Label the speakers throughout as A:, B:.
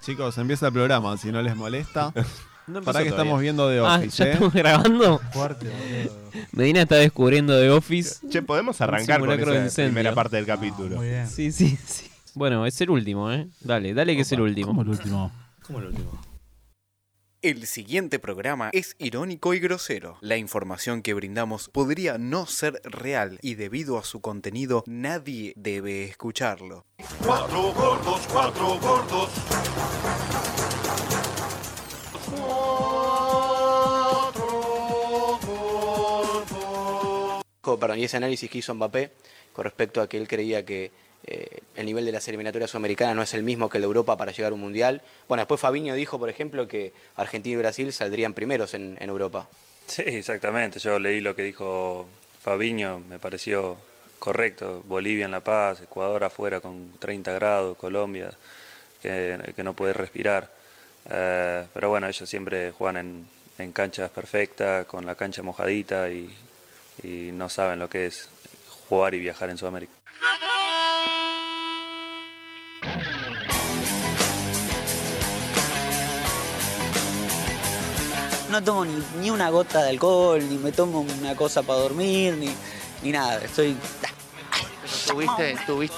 A: Chicos, empieza el programa, si no les molesta.
B: No empezó
A: Para que
B: todavía.
A: estamos viendo de
C: Ah,
A: Office,
C: ¿ya
A: ¿eh?
C: estamos grabando?
D: Fuerte, boludo.
C: Medina está descubriendo The Office.
B: Che, podemos arrancar con
C: simulacro de
B: esa
C: incendio. Ah,
B: primera parte del capítulo.
D: Muy bien.
C: Sí, sí, sí. Bueno, es el último, ¿eh? Dale, dale que es el último.
D: el último?
E: El siguiente programa es irónico y grosero. La información que brindamos podría no ser real y debido a su contenido nadie debe escucharlo.
F: Cuatro gordos, cuatro gordos.
G: Co- perdón, y ese análisis que hizo Mbappé con respecto a que él creía que eh, el nivel de las eliminatorias sudamericanas no es el mismo que el de Europa para llegar a un mundial. Bueno, después Fabiño dijo, por ejemplo, que Argentina y Brasil saldrían primeros en, en Europa.
H: Sí, exactamente. Yo leí lo que dijo Fabiño, me pareció correcto. Bolivia en La Paz, Ecuador afuera con 30 grados, Colombia, que, que no puede respirar. Eh, pero bueno, ellos siempre juegan en, en canchas perfectas, con la cancha mojadita y, y no saben lo que es jugar y viajar en Sudamérica.
I: No tomo ni, ni una gota de alcohol, ni me tomo una cosa para dormir, ni, ni nada. Estoy.
G: ¿Tuviste, tuviste?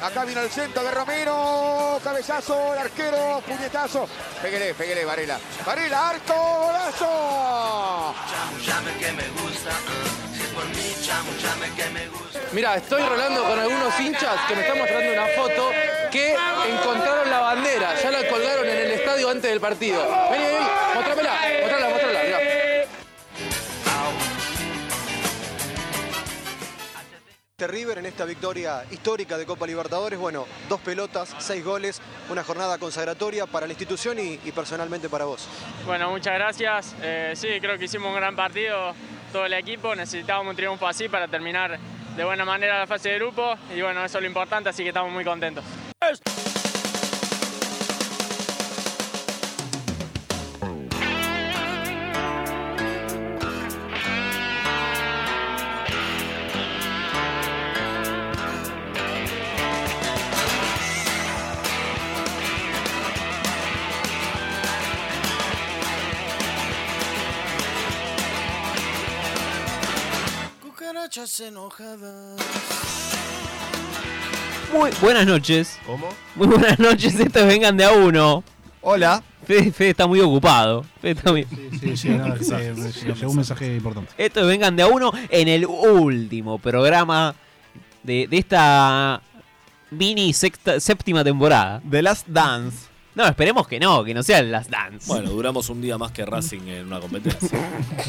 F: Acá vino el centro de Romero. Cabezazo, el arquero, puñetazo. Pégale, pégale, Varela. Varela, arco, golazo.
G: Mira, estoy rolando con algunos hinchas que me están mostrando una foto que encontraron la bandera, ya la colgaron en el estadio antes del partido. Vení, vení, mostrámela, mostrala, mostrala, mirá.
J: River en esta victoria histórica de Copa Libertadores, bueno, dos pelotas, seis goles, una jornada consagratoria para la institución y, y personalmente para vos.
I: Bueno, muchas gracias. Eh, sí, creo que hicimos un gran partido, todo el equipo. Necesitábamos un triunfo así para terminar de buena manera la fase de grupo. Y bueno, eso es lo importante, así que estamos muy contentos.
C: Muy buenas noches.
B: ¿Cómo?
C: Muy buenas noches, estos vengan de a uno.
A: Hola.
C: Fede, Fede está muy ocupado. Fede está muy-
D: Sí, sí, no, sí, me- me llegó un mensaje importante.
C: Estos vengan de a uno en el último programa de, de esta mini sexta, séptima temporada.
A: The Last Dance.
C: No, esperemos que no, que no sean las dance.
K: Bueno, duramos un día más que Racing en una competencia.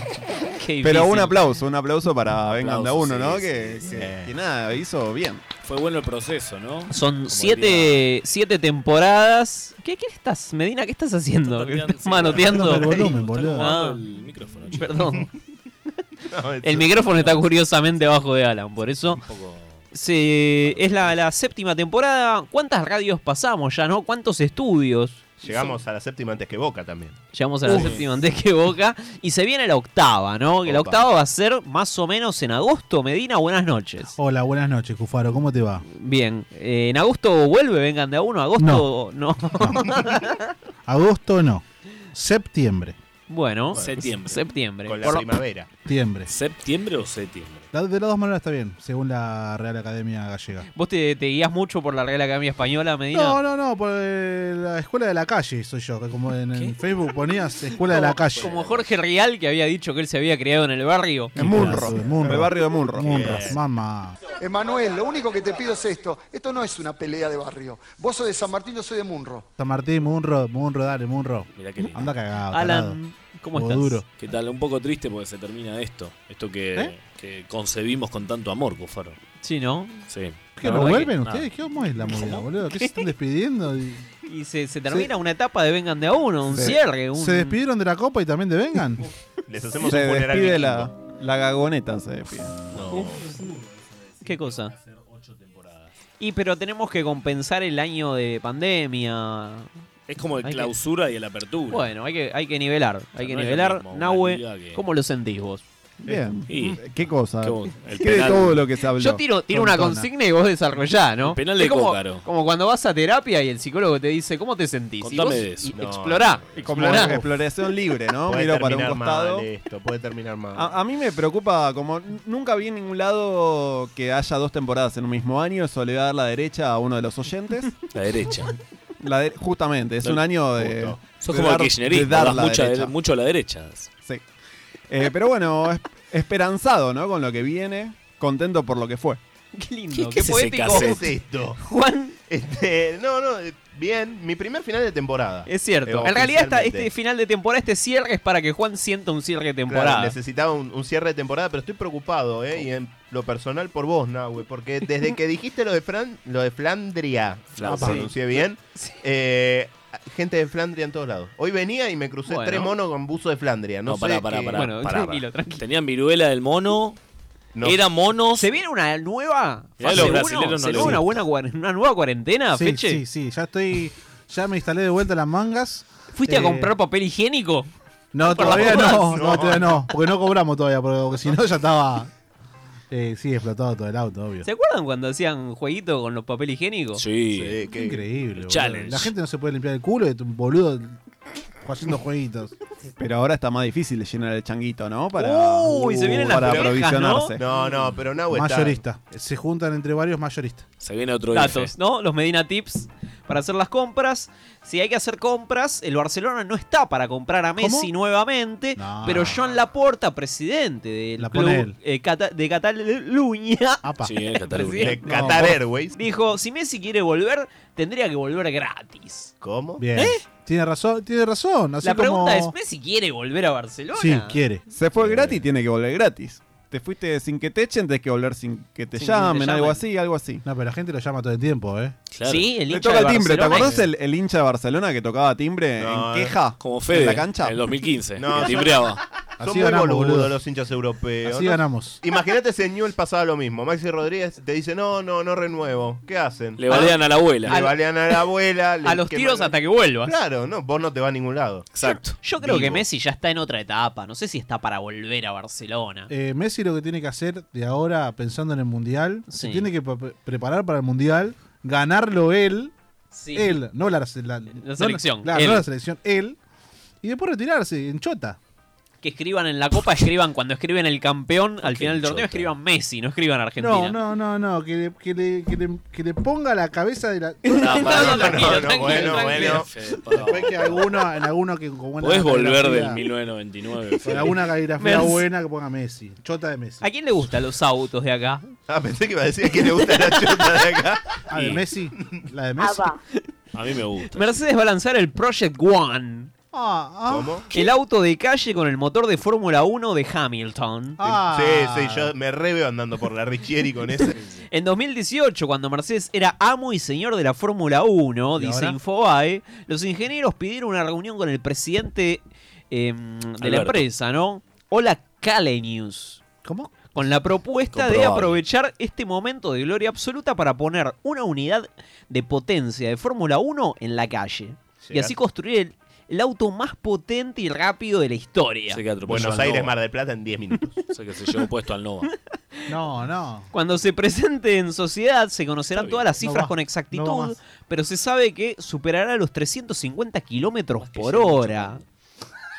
C: Qué
A: Pero un
C: difícil.
A: aplauso, un aplauso para Vengan de a
K: aplauso,
A: Uno,
K: sí,
A: ¿no?
K: sí,
A: que,
K: sí.
A: que- que nada, hizo bien.
K: Fue bueno el proceso, ¿no?
C: Son
K: Como
C: siete, siete temporadas. ¿Qué, qué estás, Medina? ¿qué estás haciendo?
K: Está
C: ¿Estás
K: manoteando,
C: manoteando?
D: el volumen,
K: diría.
D: boludo.
K: Está
C: Ah.
K: el micrófono, chico.
C: Perdón.
B: No, es-
C: El micrófono está curiosamente abajo de Alan, por eso.
K: Un poco-
C: Se, es la, la séptima temporada. ¿Cuántas radios pasamos ya, no? ¿Cuántos estudios?
B: Llegamos a la séptima antes que Boca también.
C: Llegamos a la
K: Uf.
C: séptima antes que Boca. Y se viene la octava, ¿no? Que la
B: Opa.
C: octava va a ser más o menos en agosto. Medina, buenas noches.
D: Hola, buenas noches, Cufaro, ¿cómo te va?
C: Bien. eh, en agosto vuelve, vengan de a uno. Agosto, no.
D: Agosto no. Septiembre.
C: bueno,
K: Septiembre.
C: septiembre.
B: Con la
C: Por lo-
B: primavera.
D: Septiembre.
K: ¿Septiembre o septiembre?
D: La- De las dos maneras está bien, según la Real Academia Gallega.
C: ¿Vos te, te guías mucho por la Real Academia Española, Medina?
D: No, no, no, por eh, la escuela de la calle soy yo, que como en, en Facebook ponías escuela de la calle.
C: Como Jorge Rial, que había dicho que él se había criado en el barrio.
D: Qué
A: En Munro.
D: pedazo de
A: En el barrio de Munro.
D: Munro,
K: Bien.
D: mamá.
F: Emanuel, lo único que te pido es esto. Esto no es una pelea de barrio. Vos sos de San Martín, yo soy de Munro.
D: San Martín, Munro, Munro, dale, Munro.
K: Mirá qué lindo.
D: Anda cagado. tarado.
C: Alan, ¿cómo
D: Como
C: estás?
D: duro.
K: ¿Qué tal? Un poco triste porque se termina esto. Esto que,
D: ¿Eh?
K: que concebimos con tanto amor, Cufaro.
C: Sí, ¿no?
K: Sí.
D: ¿Qué,
C: La
D: no
C: verdad
D: vuelven
K: que-
D: ustedes? ¿Qué cómo es la movida, boludo? ¿Qué se están despidiendo? Y-
C: Y se, se termina una etapa de Vengan de a uno, un
A: Se-
C: cierre. Un...
D: ¿Se despidieron de la copa y también de Vengan?
B: Les
A: Se
B: hacemos un funeral.
A: despide
B: vikingo.
A: la, la gagoneta, se despide.
K: No.
C: ¿Qué cosa? Y pero tenemos que compensar el año de pandemia.
K: Es como el
C: Hay que-
K: clausura y el apertura.
C: Bueno, hay que, hay que nivelar. Hay
K: sea,
C: que
K: no es lo
C: nivelar.
K: mismo una
C: Nahue,
K: liga que-
C: ¿cómo lo sentís vos?
A: Bien.
K: Y-
A: ¿Qué cosa?
K: ¿Qué vos-
A: ¿Qué,
K: el
A: de
K: penal?
A: todo lo que se habló?
C: Yo tiro, tiro una
A: Tontona.
C: consigna y vos desarrollá, ¿no?
K: El penal
C: Es
K: de
C: como,
K: Cócaro.
C: como cuando vas a terapia y el psicólogo te dice, ¿cómo te sentís? Y
K: Contame
C: vos
K: de eso.
C: y-
K: No,
C: explorá,
A: Es Como
C: explorá.
A: exploración libre, ¿no?
B: Puede
A: Miro para un
B: terminar
A: costado.
B: mal
K: eh.
B: esto, puede terminar mal.
A: A, a mí me preocupa, como n- nunca vi en ningún lado que haya dos temporadas en un mismo año, eso le va a dar la derecha a uno de los oyentes.
K: La derecha.
A: La de- justamente, es
K: Dale,
A: un año de.
K: Sos
A: de
K: como el
A: dar- de
K: kirchnerismo,
A: dar
K: das
A: la
K: mucha-
A: derecha.
K: mucho a la derecha.
A: Sí. Eh, pero bueno, es- esperanzado, ¿no? Con lo que viene, contento por lo que fue.
C: Qué lindo,
B: ¿Qué
C: qué,
B: es ese
C: poético.
B: cassette? ¿Qué es esto?
C: Juan.
B: Este, no, no, eh, bien, mi primer final de temporada.
C: Es cierto.
B: Eh,
C: en realidad esta-
B: oficialmente.
C: este final de temporada, este cierre es para que Juan sienta un cierre de
E: Ah.
B: Claro,
C: temporada.
B: necesitaba un, un cierre de temporada, pero estoy preocupado, ¿eh? Y en lo personal por vos, Nahue, porque desde que dijiste lo de, Fran, lo de Flandria,
K: Flan-
B: lo
K: sí.
B: pronuncié bien, eh, gente de Flandria en todos lados. Hoy venía y me crucé
K: Bueno.
B: tres monos con buzo de Flandria. No,
K: No, pará,
B: sé
K: pará,
B: qué-
K: pará. pará, pará. Tenían viruela del mono.
B: No.
K: Era monos.
C: ¿Se viene una nueva?
K: Mirá,
C: fase
K: los
C: uno?
K: brasileños no
C: ¿Se
K: les
C: viene una,
K: gusta.
C: buena, cuaren- una nueva cuarentena,
D: sí,
C: Ah, Feche?
D: sí, sí, ya estoy. Ya me instalé de vuelta las mangas.
C: ¿Fuiste a
D: Eh,
C: comprar papel higiénico?
D: No,
C: por las
D: todavía
C: dudas?
D: no, no, todavía no, porque no cobramos todavía, porque, si no ya estaba. Eh, sí, explotado todo el auto, obvio.
C: ¿Se acuerdan cuando hacían jueguito con los papel higiénicos?
K: Sí.
D: Qué increíble, boludo.
C: Challenge.
D: La gente no se puede limpiar el culo y tu boludo haciendo jueguitos.
A: Pero ahora está más difícil de llenar el changuito, ¿no? Para,
C: Uy, se vienen las
A: para
C: parejas,
A: aprovisionarse.
B: No, no, pero Nahue está-
D: Mayorista. Se juntan entre varios mayoristas.
K: Se viene otro
C: Datos, ¿no? Los Medina Tips para hacer las compras. Si hay que hacer compras, el Barcelona no está para comprar a Messi nuevamente,
D: No.
C: pero Joan Laporta, presidente del
D: La pone
C: club
D: él.
C: eh, Cata- de Cataluña,
K: Sí, es Cataluña.
C: presidente,
B: De Qatar
C: no,
B: Airways.
C: dijo, si Messi quiere volver, tendría que volver gratis.
B: ¿Cómo?
D: Bien. Tiene razón, tiene razón. Así
C: ¿Eh? La pregunta
D: como-
C: es, ¿Messi quiere volver a Barcelona?
D: Sí, quiere.
A: Se fue gratis, tiene que volver gratis. Te fuiste sin que te echen, tenés que volver sin que te
C: Sin que te
A: llamen,
C: llamen.
A: algo así, algo así.
D: No, pero la gente lo llama todo el tiempo, ¿eh?
C: Sí, el
A: Le
C: hincha
A: toca el
C: de
A: timbre, ¿te
C: Barcelona
A: acordás
C: es-
A: el, el hincha de Barcelona que tocaba timbre
B: No,
A: en queja?
K: Como Fede.
A: ¿En la cancha?
K: En el 2015.
B: No,
K: que
B: son-
K: timbreaba.
B: Son
D: Así
B: muy
D: ganamos,
B: boludos
D: boludo.
B: los hinchas europeos.
D: Así
B: ¿no?
D: ganamos.
B: Imagínate si en Newell pasaba lo mismo. Maxi Rodríguez te dice, no, no, no renuevo. ¿Qué hacen?
K: Le balean a la abuela.
B: Le balean a la abuela. le
C: A los
B: queman
C: tiros
B: la-
C: hasta que vuelvas.
B: Claro, no, vos no te vas a ningún lado.
K: Exacto.
C: Yo creo que
B: Vivo.
C: Messi ya está en otra etapa. No sé si está para volver a Barcelona.
D: Eh, Messi lo que tiene que hacer de ahora, pensando en el Mundial, se
C: Sí.
D: tiene que pre- preparar para el Mundial, ganarlo él,
C: Sí.
D: él, no la, la- no
C: selección,
D: claro,
C: él.
D: no la selección, él, y después retirarse en chota.
C: Que escriban en la copa, escriban cuando escriben el campeón, al
K: Qué
C: final del torneo
K: chota.
C: escriban Messi, no escriban Argentina.
D: No, no, no, no, que le, que le, que le- que le ponga la cabeza de la...
C: no,
K: No, pará, no,
C: tranquilo,
K: no, no,
C: tranquilo, tranquilo.
K: bueno, bueno. Fede, por favor.
D: Después que alguno, en alguno que... con buena
K: Podés volver del
D: caligrafía-
K: 1999.
D: Con
K: Fede.
D: alguna caligrafía
C: Messi.
D: buena que ponga Messi, chota de Messi.
C: ¿A quién le gustan los autos de acá?
B: Ah, pensé que iba a decir que le gusta la chota de acá.
D: Ah, de
K: Y-
D: Messi, la de Messi.
K: A mí me gusta.
C: Mercedes va a lanzar el Project One,
D: Ah, ah,
B: ¿Cómo?
C: el auto de calle con el motor de Fórmula 1 de Hamilton.
D: ah.
B: Sí, sí, yo me re veo andando por la Richieri con ese.
C: En 2018, cuando Mercedes era amo y señor de la Fórmula 1,
D: ¿Y
C: dice
D: ahora?
C: Infobae, los ingenieros pidieron una reunión con el presidente eh, de la
K: Alberto.
C: empresa, ¿no? Hola Cale News.
D: ¿Cómo?
C: con la propuesta de
K: Comprobable.
C: aprovechar este momento de gloria absoluta para poner una unidad de potencia de Fórmula 1 en la calle. Y
B: Llega-
D: eh.
C: así construir el, el auto más potente y rápido de la historia.
K: Sé que atropelló
B: Buenos
K: al
B: Aires,
K: Nova.
B: Mar del Plata en 10 minutos.
K: Sé que se llevó puesto al Nova.
D: No, no.
C: Cuando se presente en sociedad se conocerán
K: Está bien.
C: todas las
D: No
C: cifras
D: va,
C: con
D: no va
C: exactitud,
D: más.
C: pero se sabe que superará los 350 kilómetros
K: Más que
C: por
K: sí, mucho
C: hora.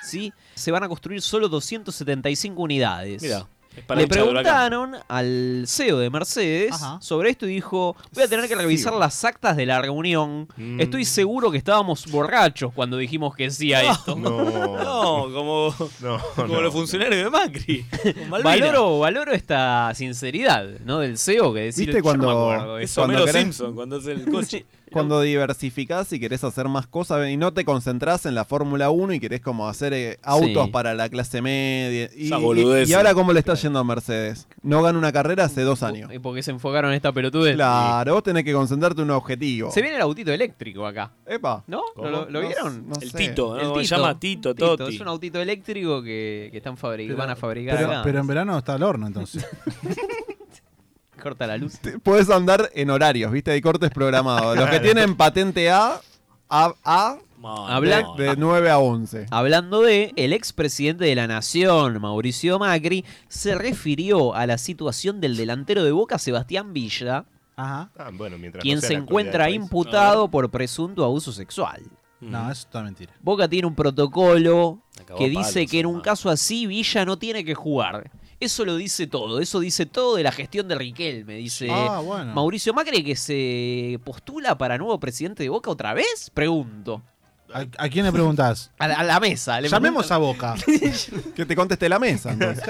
C: ¿Sí? Se van a construir solo 275 unidades.
K: Mira. es
C: Le
K: hincha de Huracán.
C: preguntaron al CEO de Mercedes
D: Ajá.
C: sobre esto y dijo, voy a tener que revisar las actas de la reunión.
B: Mm.
C: Estoy seguro que estábamos borrachos cuando dijimos que sí a esto.
B: No,
K: No, como,
B: no.
K: como
B: no.
K: los funcionarios de Macri. con Malvina.
C: Valoro, valoro esta sinceridad, ¿no? Del CEO que decir,
A: ¿Viste
C: "Yo no me
A: cuando-
C: acuerdo de
K: Es
C: eso".
K: Homero
A: Cuando querés-
K: Simpson cuando hace el coche.
A: Cuando diversificás y querés hacer más cosas y no te concentrás en la Fórmula 1 y querés como hacer eh, autos
C: Sí.
A: para la clase media. Y,
K: Esas
A: y-
K: boludeces.
A: y ahora cómo le está yendo a Mercedes. No gana una carrera hace dos años.
C: Y porque se enfocaron en esta pelotudez.
A: Claro, vos tenés que concentrarte en un objetivo.
C: Se viene el autito eléctrico acá,
A: Epa.
C: ¿no?
A: ¿Cómo?
C: ¿Lo, lo- lo
A: No
C: vieron?
A: sé.
K: el Tito, ¿no?
C: El
K: ¿Cómo se
C: Tito.
K: llama Tito,
C: Tito,
K: Toti.
C: Es un autito eléctrico que, que están fabri- van a fabricar
D: Pero,
C: acá.
D: pero en verano está el horno, entonces.
C: Corta la luz.
A: Te- Podés andar en horarios, ¿viste? Hay cortes programados. Los que tienen patente A, A, A
C: Hablan-
A: de, de 9 a 11.
C: Hablando de, el expresidente de la Nación, Mauricio Macri, se refirió a la situación del delantero de Boca, Sebastián Villa,
D: Ajá.
B: Ah, bueno, mientras
C: quien
B: no sea
C: se
B: la
C: encuentra
B: actualidad del país.
C: imputado por presunto abuso sexual.
D: No, eso está mentira.
C: Boca tiene un protocolo
D: Acabó
C: que
D: a
C: dice
D: palos,
C: que en un caso así Villa no tiene que jugar. Eso lo dice todo, eso dice todo de la gestión de Riquelme, dice
D: Ah, bueno.
C: Mauricio Macri que se postula para nuevo presidente de Boca otra vez, pregunto.
D: ¿A, a quién le preguntás?
C: A la, a la mesa. le
D: Llamemos a Boca.
A: que te conteste la mesa. entonces.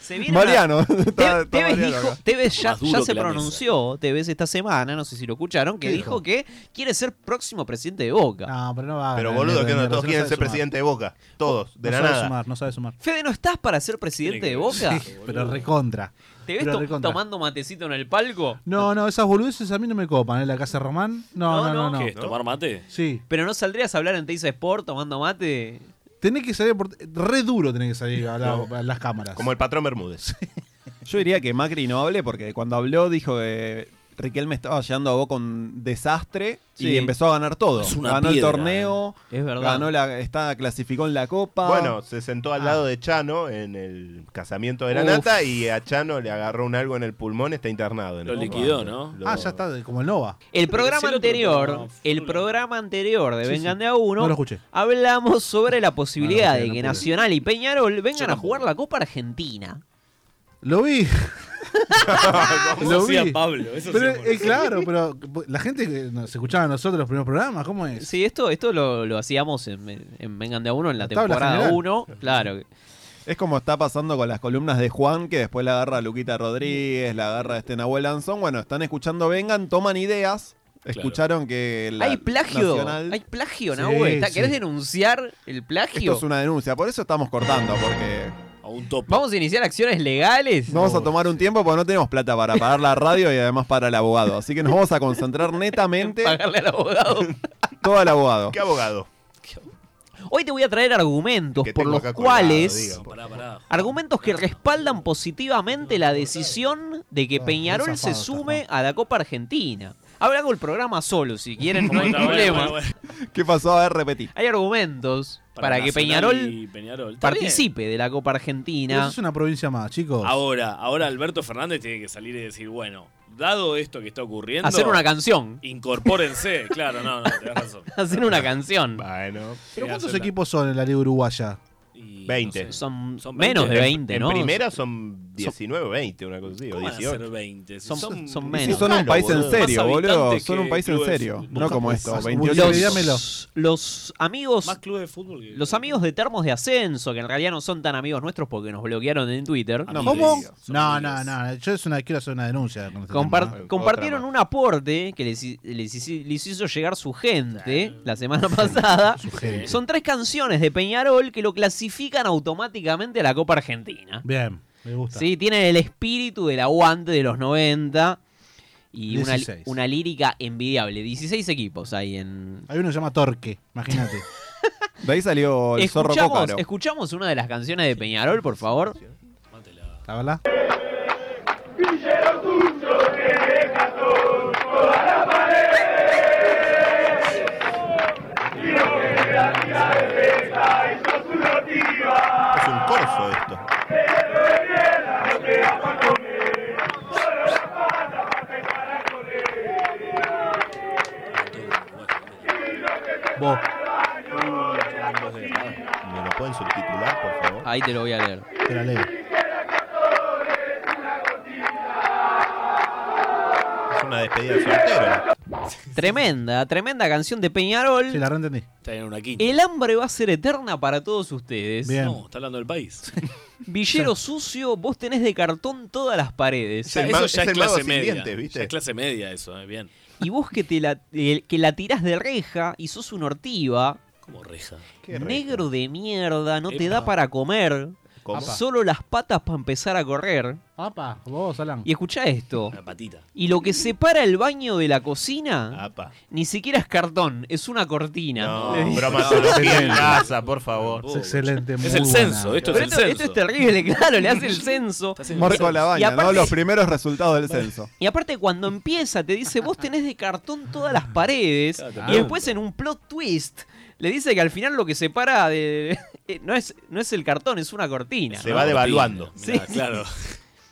C: Se viene
A: Mariano,
C: una-
A: está-
C: Te-
A: está
C: Tevez
A: Mariano
C: dijo-
A: acá.
C: Tevez ya,
A: Más duro
C: ya se
A: que la mesa.
C: pronunció, Tevez esta semana, no sé si lo escucharon, que
D: ¿Qué
C: dijo?
D: dijo? Ah.
C: que quiere ser próximo presidente de Boca.
D: No, pero no va.
B: Pero boludo, que no, todos quieren
D: sabe
B: ser
D: sumar.
B: presidente de Boca. Todos, de
D: no
B: la
D: sabe
B: nada.
D: sumar, no sabe sumar.
C: Fede, ¿no estás para ser presidente de Boca?
D: Sí, pero recontra.
C: ¿Te ves
D: pero
C: to-
D: recontra.
C: tomando matecito en el palco?
D: No, no, esas boludeces a mí no me copan, ¿eh? La Casa Román. No, no, no. no,
K: ¿Qué es, tomar mate?
D: Sí.
C: ¿Pero no saldrías a hablar en Teisa Sport tomando mate?
D: Tenés que salir por... Re duro tenés que salir a, la- a las cámaras.
B: Como el patrón Bermúdez.
A: Yo diría que Macri no hable porque cuando habló dijo que Riquelme estaba llegando a Boca un desastre
B: Sí.
A: y empezó a ganar todo.
B: Es una
A: Ganó el
B: piedra,
A: torneo,
C: eh. es
B: verdad.
A: Ganó la, está, clasificó en la Copa.
B: Bueno, se sentó al lado de Chano en el casamiento de la
A: Uf.
B: nata y a Chano le agarró un algo en el pulmón, está internado. En
K: Lo
B: el
K: liquidó,
B: hospital.
K: ¿no?
B: Lo-
D: Ah, ya está, como el Nova.
C: El
K: Pero es
C: programa
K: el otro
C: anterior,
K: programa,
C: el programa anterior de
D: Sí,
C: Vengan
D: sí.
C: de a uno,
D: No lo escuché.
C: hablamos sobre la posibilidad
D: No, no escuché,
C: de que
D: no pude.
C: Nacional y Peñarol vengan a jugar la Copa Argentina.
D: Lo vi.
K: Eso hacía Pablo, eso
D: pero,
K: hacía Pablo.
D: eh, claro, pero la gente que nos escuchaba a nosotros los primeros programas, ¿cómo es?
C: Sí, esto, esto lo, lo hacíamos en, en Vengan de a uno en la
D: La tabla
C: temporada
D: general.
C: 1, claro.
A: Es como está pasando con las columnas de Juan, que después la agarra Luquita Rodríguez, la agarra este Nahuel Anzón. Bueno, están escuchando, vengan, toman ideas. Escucharon que la
C: hay plagio,
A: Nacional-
C: hay plagio,
A: Sí,
C: Nahue. Está- ¿Querés
A: sí.
C: denunciar el plagio?
A: Esto es una denuncia, por eso estamos cortando, porque
C: ¿Vamos a iniciar acciones legales?
A: nos vamos a tomar un tiempo porque no tenemos plata para pagar la radio y además para el abogado. Así que nos vamos a concentrar netamente
C: Pagarle al abogado.
A: todo al abogado.
B: ¿Qué abogado?
C: Hoy te voy a traer argumentos por
B: tengo
C: los
B: acá colgado,
C: cuales.
B: digo,
C: Argumentos que respaldan positivamente la decisión de que Peñarol se
K: zafado,
C: sume a la Copa Argentina. Ahora hago el programa solo, si quieren, no hay
K: Bueno, bueno,
C: problema.
K: bueno,
A: ¿Qué pasó? A ver, repetí.
C: Hay argumentos para, que
K: Nacional
C: Peñarol
K: y Pues Peñarol. Está
C: participe de la Copa Argentina.
D: Eso es una provincia más, chicos.
K: Ahora, ahora Alberto Fernández tiene que salir y decir, bueno, dado esto que está ocurriendo.
C: Hacer una canción.
K: Incorpórense, claro, no, no, tenés razón.
C: Hacer
K: Ah,
C: una canción.
B: Bueno.
D: ¿Pero cuántos equipos son en la Liga Uruguaya?
B: 20.
C: Son, menos de
B: En-
C: 20,
B: en
C: ¿no?
B: primera son 19, 20, una cosa así, o
K: ¿Cómo van a ser
B: 18.
K: 20? Si
C: Son-
K: son,
C: son
A: Sí, son un país en serio, boludo. Son un país en serio. No como esto. 28
C: Los, los amigos.
K: Más clubes de fútbol que.
C: Los amigos de Termos de Ascenso, que en realidad no son tan amigos nuestros porque nos bloquearon en Twitter.
D: ¿Cómo? No, no, no. Yo es una, quiero hacer una denuncia. Con este
C: Compar-
D: tema.
C: compartieron un aporte que les, hi- les hici- les hizo llegar su gente la semana pasada.
D: gente.
C: Son tres canciones de Peñarol que lo clasifican automáticamente a la Copa Argentina.
D: Bien, me gusta.
C: Sí, tienen el espíritu del aguante de los 90 y una,
D: 16.
C: una lírica envidiable. 16 equipos ahí en...
D: Hay uno que se llama Torque, imagínate.
A: De ahí salió el zorro
C: Escuchamos,
A: cócaro.
C: escuchamos una de las canciones de Peñarol, por favor.
D: ¿La verdad?
B: Es un corso esto.
D: Vos.
B: ¿Me lo pueden subtitular, por favor?
C: Ahí te lo voy a leer.
D: Te la leo.
B: Es una despedida de soltero.
C: Tremenda, tremenda canción de Peñarol.
D: Sí, la reentendí.
K: Está en una quinta.
C: El hambre va a ser eterna para todos ustedes.
D: Bien.
K: No, está hablando del país.
C: Villero sucio, vos tenés de cartón todas las paredes.
K: Ya, eso ya es, clase media.
B: dientes, ¿viste?
K: Ya es clase media eso, eh, bien.
C: Y vos que, te la, eh, que la tirás de reja y sos un ortiva,
K: Como reja.
C: negro de mierda, no te da para comer.
B: ¿Cómo?
C: Solo las patas para empezar a correr.
D: Apa, vos, Alan.
C: Y escucha esto.
K: La patita.
C: Y lo que separa el baño de la
K: Ah.
C: cocina, ni siquiera es cartón, es una cortina. Le
B: No,
C: digo.
B: bromatología en casa, por favor.
D: Es excelente, muy
K: Es el
D: buena.
K: censo, esto es
C: Pero
K: el
C: esto,
K: censo.
C: esto es terrible, claro, le hace el censo.
A: Morco la
C: Y
A: baña, ¿no?
C: aparte-
A: Los primeros resultados del censo.
C: Y aparte cuando empieza te dice, vos tenés de cartón todas las paredes.
A: pregunto.
C: y después en un plot twist le dice que al final lo que separa de... eh, no, es, no es el cartón, es una cortina.
B: Se va devaluando.
C: Sí,
B: Mirá,
C: sí.
B: claro.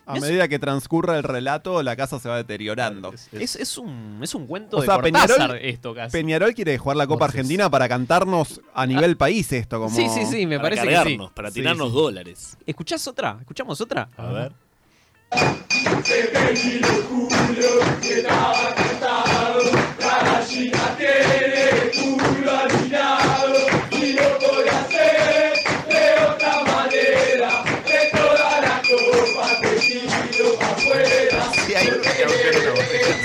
A: A medida que transcurra el relato, la casa se va deteriorando.
C: Es, es un, es un cuento
A: O sea,
C: de Cortázar
A: Peñarol,
C: esto casi.
A: Peñarol quiere jugar la Copa Argentina para cantarnos a nivel país esto. Como...
C: Sí, sí, sí, me
K: Para
C: parece que
K: cargarnos,
C: sí.
K: para
C: Sí,
K: tirarnos
C: sí.
K: dólares.
C: ¿Escuchás otra? ¿Escuchamos otra?
K: A ver.
B: Sí, hay uno que abre una botella.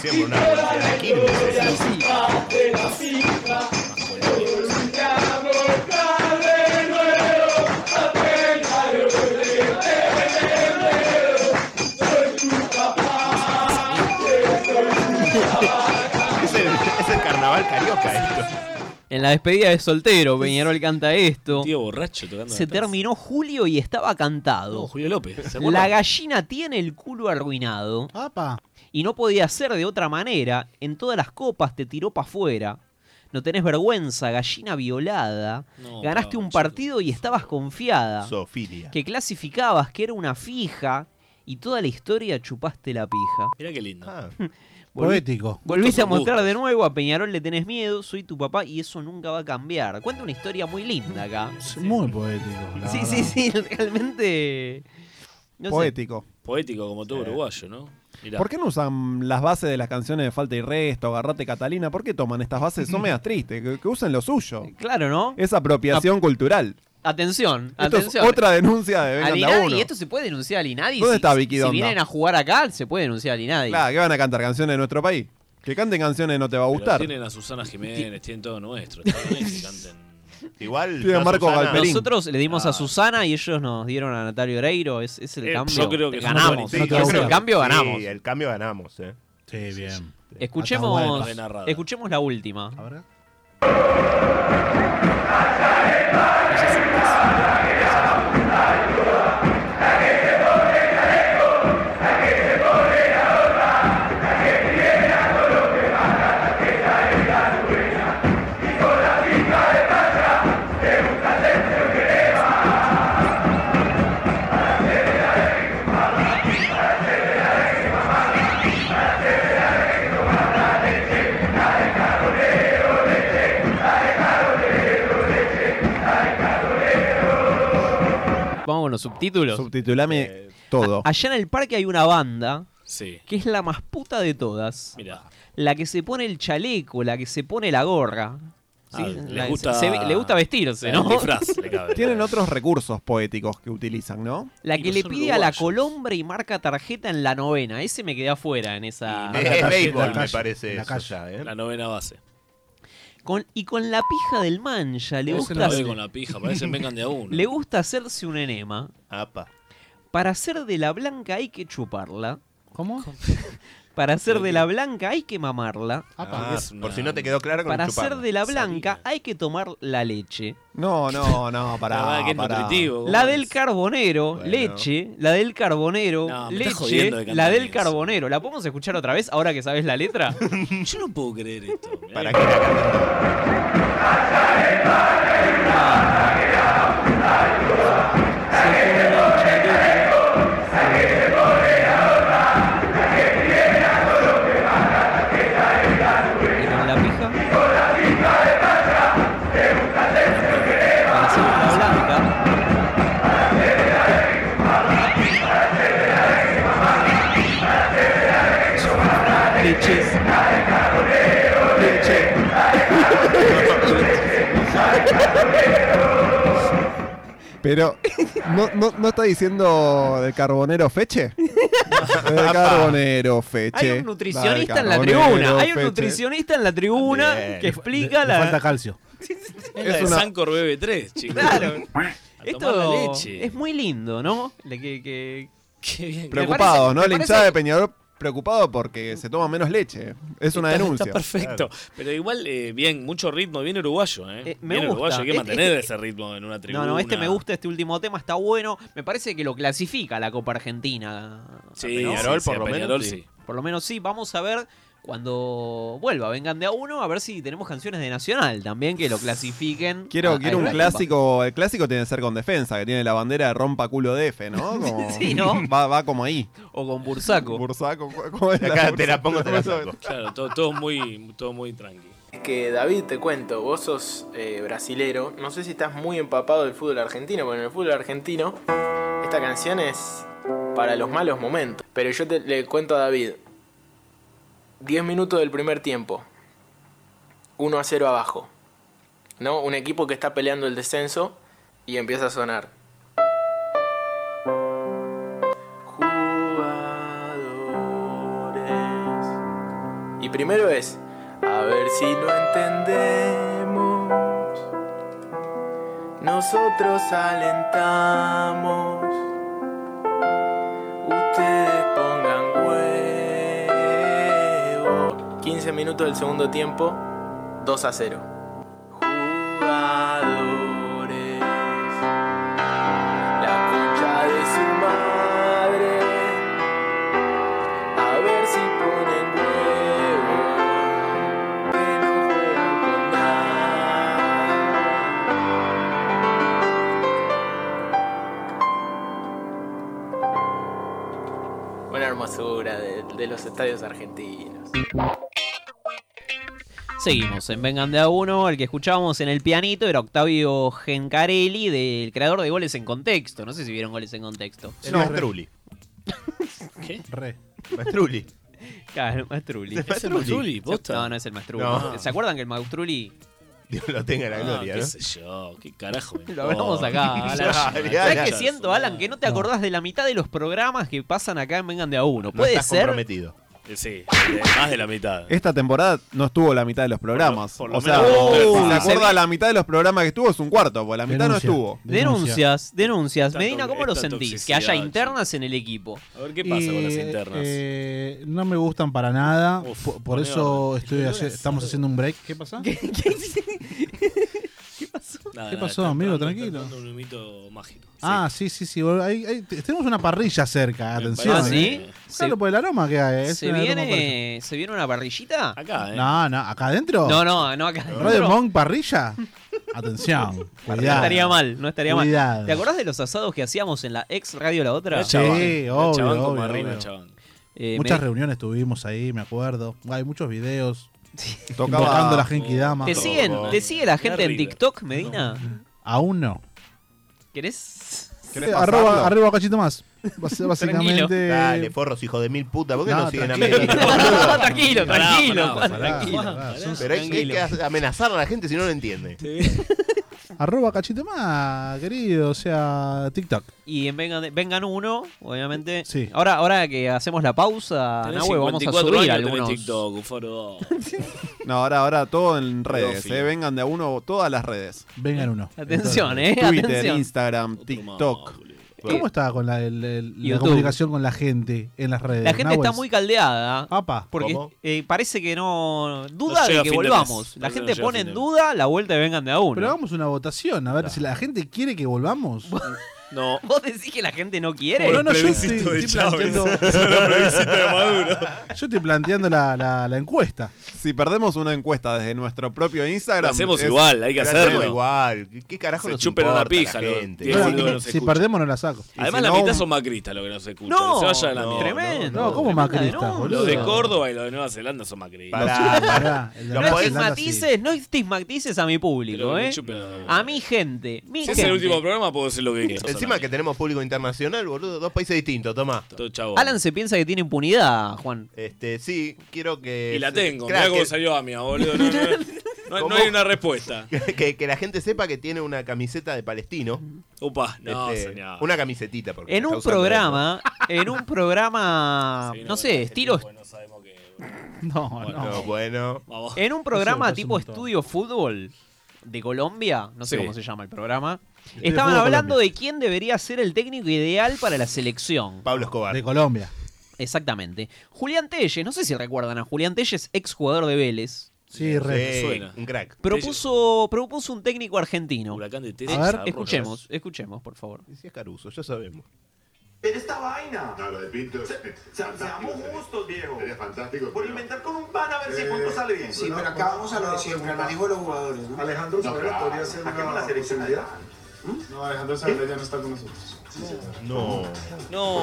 B: Siempre una botella. Aquí no sé. Es el, es el carnaval carioca esto.
C: En la despedida de soltero, Peñarol canta esto.
K: Tío borracho tocando.
C: Se terminó Julio y estaba cantado.
K: No, Julio López. ¿se
C: La
K: acuerdan?
C: gallina tiene el culo arruinado. Y no podía ser de otra manera. En todas las copas te tiró para afuera. No tenés vergüenza, gallina violada.
B: No,
C: Ganaste un partido y estabas confiada.
B: Sofilia.
C: Que clasificabas que era una fija. Y toda la historia chupaste la pija.
K: Mirá qué lindo.
C: Ah.
D: Poético.
C: Volviste a mostrar
K: Gustos.
C: de nuevo a Peñarol le tenés miedo, soy tu papá y eso nunca va a cambiar. Cuenta una historia muy linda acá.
D: Es Muy poético. la
C: Sí,
D: verdad.
C: sí, sí, realmente. no sé.
A: Poético.
K: Poético como todo uruguayo, ¿no? Mirá.
A: ¿Por qué no usan las bases de las canciones de Falta y Resto, Agarrate Catalina? ¿Por qué toman estas bases? Son medias tristes, que, que usen lo suyo.
C: Claro, ¿no?
D: Eh,
A: Es apropiación cultural.
C: Atención,
A: Esto es
C: atención.
A: otra denuncia de
C: Al
A: Vengan de a
C: Inadi,
A: uno.
C: esto se puede denunciar al Inadi.
A: ¿Dónde
C: si,
A: está Vicky
C: si
A: Donda?
C: vienen a jugar acá, se puede denunciar al Inadi.
A: Claro, que van a cantar canciones de nuestro país. Que canten canciones no te va a
K: Pero
A: gustar.
K: Tienen a Susana Jiménez, tienen todo nuestro. está bien que canten.
B: Igual.
A: Tiene
B: yo a
A: Marco
B: Susana-
A: Galperín.
C: Nosotros le dimos a Susana y ellos nos dieron a Natalio Oreiro. Es, es el
K: Ah. Eh,
C: cambio.
K: yo creo que es una
C: ganamos.
K: buena
B: Sí,
K: idea.
B: yo
C: Es
B: creo
C: el
B: que-
C: cambio ganamos.
B: Sí, el cambio ganamos, eh.
D: Sí, bien.
C: Escuchemos,
K: Atahualpa. narrada.
C: escuchemos la última. Vamos con los subtítulos.
A: Subtitulame todo.
C: Allá en el parque hay una banda
K: Sí.
C: que es la más puta de todas.
K: Mirá.
C: La que se pone el chaleco, la que se pone la gorra. ¿sí?
K: Ah,
C: La
K: le,
C: que
K: gusta,
C: se- se- le gusta vestirse, ¿no?
K: El disfraz le cabe.
A: Tienen otros recursos poéticos que utilizan, ¿no?
C: La
K: Y
C: que
K: no
C: le
K: son
C: pide a la
K: uruguayos.
C: colombra y marca tarjeta en la novena. Ese me quedé afuera en esa.
B: Ah, Es
D: calle,
B: béisbol,
D: la
B: me
D: calle,
B: parece
D: la
B: eso
D: calle.
B: ya, eh.
K: La novena base.
C: Con, y con la pija del mancha le
D: Eso
C: gusta,
K: No ve con la pija, parecen vengan de a uno.
C: le gusta hacerse un enema.
B: Apa.
C: Para ser de la blanca hay que chuparla.
D: ¿Cómo?
C: Para ser de la blanca hay que mamarla.
B: Ah,
K: Ah, es una-
B: Por si no te quedó claro con
C: Para
B: el
C: ser
B: chuparla.
C: de la blanca hay que tomar la leche.
A: No, no, no,
K: La
A: para.
K: verdad que es nutritivo. ¿cómo
C: La
K: Oh, es?
C: del carbonero,
B: Bueno.
C: leche, la del carbonero,
K: No, me estás
C: leche,
K: jodiendo de
C: la
K: cantar
C: del
K: eso.
C: carbonero. ¿La podemos escuchar otra vez ahora que sabes la letra?
K: Yo no puedo creer esto. Mirá
B: Para
K: que-
B: que la canten todos.
C: Y con la pija. Para hacer una blanca. Leches. Leche.
A: Pero, ¿no, no, no está diciendo del carbonero feche? El carbonero, feche.
C: Hay un nutricionista en la
A: Carbonero,
C: tribuna. Hay un
A: Feche.
C: nutricionista en la tribuna que explica la.
D: calcio.
K: Es la
C: Es
K: de
C: una-
K: Sancor BB3, chicos.
C: Claro.
K: A tomar la
C: Esto
K: leche.
C: es muy lindo, ¿no? Le que, que- Me
A: Preocupados, ¿no?
C: parece- me
A: La
C: parece-
A: hinchada de Peñarol preocupado porque se toma menos leche. Es una
K: Está-
A: denuncia.
K: Está perfecto. Pero igual, eh, bien, mucho ritmo, bien uruguayo, ¿eh?
C: me
K: bien
C: gusta.
K: uruguayo, hay que
C: Este-
K: mantener
C: este-
K: ese ritmo en una tribuna.
C: No, no, este me gusta, este último tema está bueno. Me parece que lo clasifica la Copa Argentina.
K: Sí,
C: ¿no?
K: Peñarol, sí, por sí, lo a menos, Peñarol sí. sí.
C: Por lo menos sí. Vamos a ver cuando vuelva, vengan de a uno, a ver si tenemos canciones de Nacional también que lo clasifiquen.
A: Quiero,
C: a-
A: quiero
C: a
A: un
C: la
A: clásico. El clásico tiene que ser con defensa, que tiene la bandera de rompa culo DF, ¿no? Como-
C: Sí, ¿no?
A: Va, va como ahí.
C: Copa. O con Bursaco.
A: Bursaco, ¿cómo es
B: Acá te la pongo, te la
A: bursaco?
B: saco.
K: Claro, todo, todo muy, todo muy tranqui.
L: Es que David, te cuento, vos sos eh, brasilero, no sé si estás muy empapado del fútbol argentino, porque en el fútbol argentino esta canción es para los malos momentos. Pero yo te, le cuento a David, 10 minutos del primer tiempo, 1 a 0 abajo, ¿no? Un equipo que está peleando el descenso y empieza a sonar. Jugadores. Y primero es... A ver si lo entendemos. Nosotros alentamos. Ustedes pongan huevo. 15 minutos del segundo tiempo. 2 a 0. Jugadores. La concha de su madre. A ver si ponen huevo. Una hermosura de, de los estadios argentinos.
C: Seguimos en Vengan de a uno. El que escuchábamos en el pianito era Octavio Gencarelli, del creador de Goles en Contexto. No sé si vieron Goles en Contexto.
B: No, Maestrulli.
K: ¿Qué?
D: Re.
B: Maestrulli.
C: Claro, Maestrulli.
B: ¿Es el ¿Es el Maestrulli? Maestrulli, posta?
C: No, no es el Maestrulli.
B: No.
C: ¿Se acuerdan que el Maestrulli
B: Dios lo tenga en la
K: Ah,
B: gloria,
K: qué
B: ¿no?
K: sé yo, qué carajo. me
C: Lo hablamos
K: importa.
C: acá,
K: Ya,
C: Alan.
K: ya,
C: ¿Sabes
K: ya,
C: qué
K: ya.
C: siento, Alan? Que no te acordás de la mitad de los programas que pasan acá en Vengan de a uno.
K: No
C: ¿Puede
K: estás
C: ser?
B: comprometido.
K: Eh, Sí, eh, más de la mitad.
A: Esta temporada no estuvo la mitad de los programas.
K: por lo
A: o sea,
K: menos-
A: si
K: ¡Oh!
A: se
K: Se
A: acuerda
K: vi-
A: la mitad de los programas que estuvo, es un cuarto, porque la mitad
C: Denuncia.
A: no estuvo.
C: Denuncias, denuncias.
K: Esta
C: Medina,
K: to-
C: ¿cómo lo
K: esta
C: sentís? Que
K: toxicidad,
C: haya internas en el equipo.
K: A ver qué pasa con las internas.
D: Eh, no me gustan para nada.
K: Uf,
D: por por
K: poneme
D: eso
K: orden.
D: estoy
K: El olor
D: hace-
K: a
D: estamos
K: asado.
D: haciendo un break. ¿Qué pasa? ¿Qué,
K: Nada,
D: ¿Qué
K: nada,
D: pasó,
K: está
D: amigo?
K: entrando-
D: Tranquilo.
K: está entrando Un humito mágico.
D: Ah, sí, sí, sí. bol- ahí- ahí te- tenemos una parrilla cerca, atención.
C: parece-
D: ¿eh?
C: ¿Ah, sí?
D: Claro,
C: Se-
D: por el aroma que hay. es
C: ¿Se
D: un aroma parrilla.
C: viene, ¿Se viene una parrillita?
K: Acá, eh.
D: No, no, acá adentro.
C: No, no, no acá.
D: Radio
C: adentro.
D: Monk parrilla. Atención.
C: No
D: cuidado.
C: estaría mal, no estaría
D: Cuidado.
C: mal. ¿Te acordás de los asados que hacíamos en la ex radio la otra?
D: Era Sí, chabón, era obvio, chabón como obvio, Arrina, obvio.
K: chabón.
C: Eh,
D: Muchas
C: me-
D: reuniones tuvimos ahí, me acuerdo. Hay muchos videos.
A: Tocaba-
D: Tocando la Genki Dama.
C: ¿Te, siguen, ¿Te sigue la gente en
K: River.
C: TikTok, Medina?
D: Aún no.
C: ¿Querés?
D: Eh, arroba, arroba cachito más. Bas-
C: Tranquilo.
D: Básicamente.
B: Dale, forros, hijo de mil puta. ¿Por qué no,
D: No,
B: siguen a mí?
D: tranquilo.
C: tranquilo, tranquilo,
K: Pará, pará,
C: Juan,
K: pará,
C: tranquilo.
K: pará, pará.
B: Pero hay, hay que amenazar a la gente si no lo entiende.
D: Arroba cachito más, querido. O sea, TikTok.
C: Y en vengan, de- vengan uno, obviamente.
D: Sí.
C: Ahora, ahora que hacemos la pausa,
K: Tenés
C: Nahue, vamos a
K: 54
C: subir
K: años, tenés
C: algunos.
K: TikTok, Uforo.
A: No, ahora, ahora todo en redes.
K: Pedófilo.
A: eh, vengan de a uno todas las redes.
D: Vengan uno.
C: Atención, eh.
A: Twitter,
C: Atención.
A: Instagram, TikTok.
D: ¿Cómo está con la, el- el- la
C: YouTube.
D: comunicación con la gente en las redes?
C: La gente
D: Nahuel?
C: está muy caldeada.
D: Apa.
C: Porque
B: ¿Cómo?
C: eh, parece que no. Duda
K: No llega
C: de
K: a
C: que
K: fin de
C: volvamos.
K: mes.
C: La
K: Parece que
C: gente
K: no llega a
C: pone
K: fin
C: en
K: de
C: duda la vuelta de vengan de a
D: Pero
C: uno.
D: hagamos una votación, a ver si la gente quiere que volvamos.
K: No.
C: ¿Vos decís que la gente no quiere?
D: Bueno, no, yo
K: plebiscito
D: estoy-
K: de
D: estoy
K: Chávez.
D: planteando-
K: El plebiscito de Maduro.
D: Yo estoy planteando la, la- la encuesta.
A: Si perdemos una encuesta desde nuestro propio Instagram.
K: Lo hacemos
A: es-
K: igual, hay que
B: Pero hacemos
K: hacerlo.
B: igual. ¿Qué- ¿Qué carajo
K: Se
B: nos
K: chupen
B: importa
K: una pija,
B: la
K: lo-
B: gente?
K: tiene- Sí, no nos
D: si
K: escucha.
D: perdemos no la saco.
K: Además,
A: si
K: la
A: no-
K: mitad son macristas los que nos escuchan.
C: No,
K: se vaya a la mierda.
C: tremendo.
D: No, ¿cómo
C: tremenda
D: macristas,
C: denuncia.
D: boludo?
K: Los de Córdoba y los de Nueva Zelanda son macristas.
B: Ah, Pará, pará.
D: Pará, el de
B: Lo
C: No
B: podés-
C: estigmatices, no estigmatices a mi público,
K: Pero que
C: ¿eh?
K: chupen la mierda.
C: A mi gente. Mi
K: Si es
C: gente.
K: el último programa, puedo decir lo que quiero.
B: Encima que tenemos público internacional, boludo. Dos países distintos, tomá.
K: Todo chabón.
C: Alan se piensa que tiene impunidad, Juan.
B: Este, sí, quiero que.
K: Y la tengo.
B: Crack,
K: Mirá cómo
B: que-
K: salió a mí, boludo. No, no, No,
B: ¿Cómo?
K: no hay una respuesta.
B: Que, que- que la gente sepa que tiene una camiseta de palestino.
K: Opa, no,
B: Este,
K: señor.
B: Una camisetita. Porque
C: En
B: está
C: un
B: usando
C: programa, en un programa, Ah, no sé, estilo...
D: No,
B: eso. No, bueno.
C: En un programa
D: Eso me
C: tipo
D: parece un
C: Estudio Fútbol de Colombia, no sé
D: Sí.
C: cómo se llama el programa,
D: Estudio
C: estaban
D: Fútbol
C: hablando de quién debería ser el técnico ideal para la selección.
B: Pablo Escobar.
D: De Colombia.
C: Exactamente. Julián Telles, no sé si recuerdan a Julián Telles, ex jugador de Vélez.
D: Sí, re.
B: Sí, Un crack.
C: Propuso, propuso un técnico argentino.
K: de
B: Telles A ver. a
C: escuchemos, escuchemos, por favor.
B: Si es Caruso, ya sabemos.
M: Pero esta vaina. No, lo de Pinto. seamos justos, viejo. Sería fantástico. Por inventar con un pan a ver si punto sale bien.
N: Sí, pero acá vamos a lo de siempre, analizo los jugadores. ¿no?
M: Alejandro Soler podría ser una la selección No, Alejandro Soler ya no está con nosotros.
B: No.
C: No,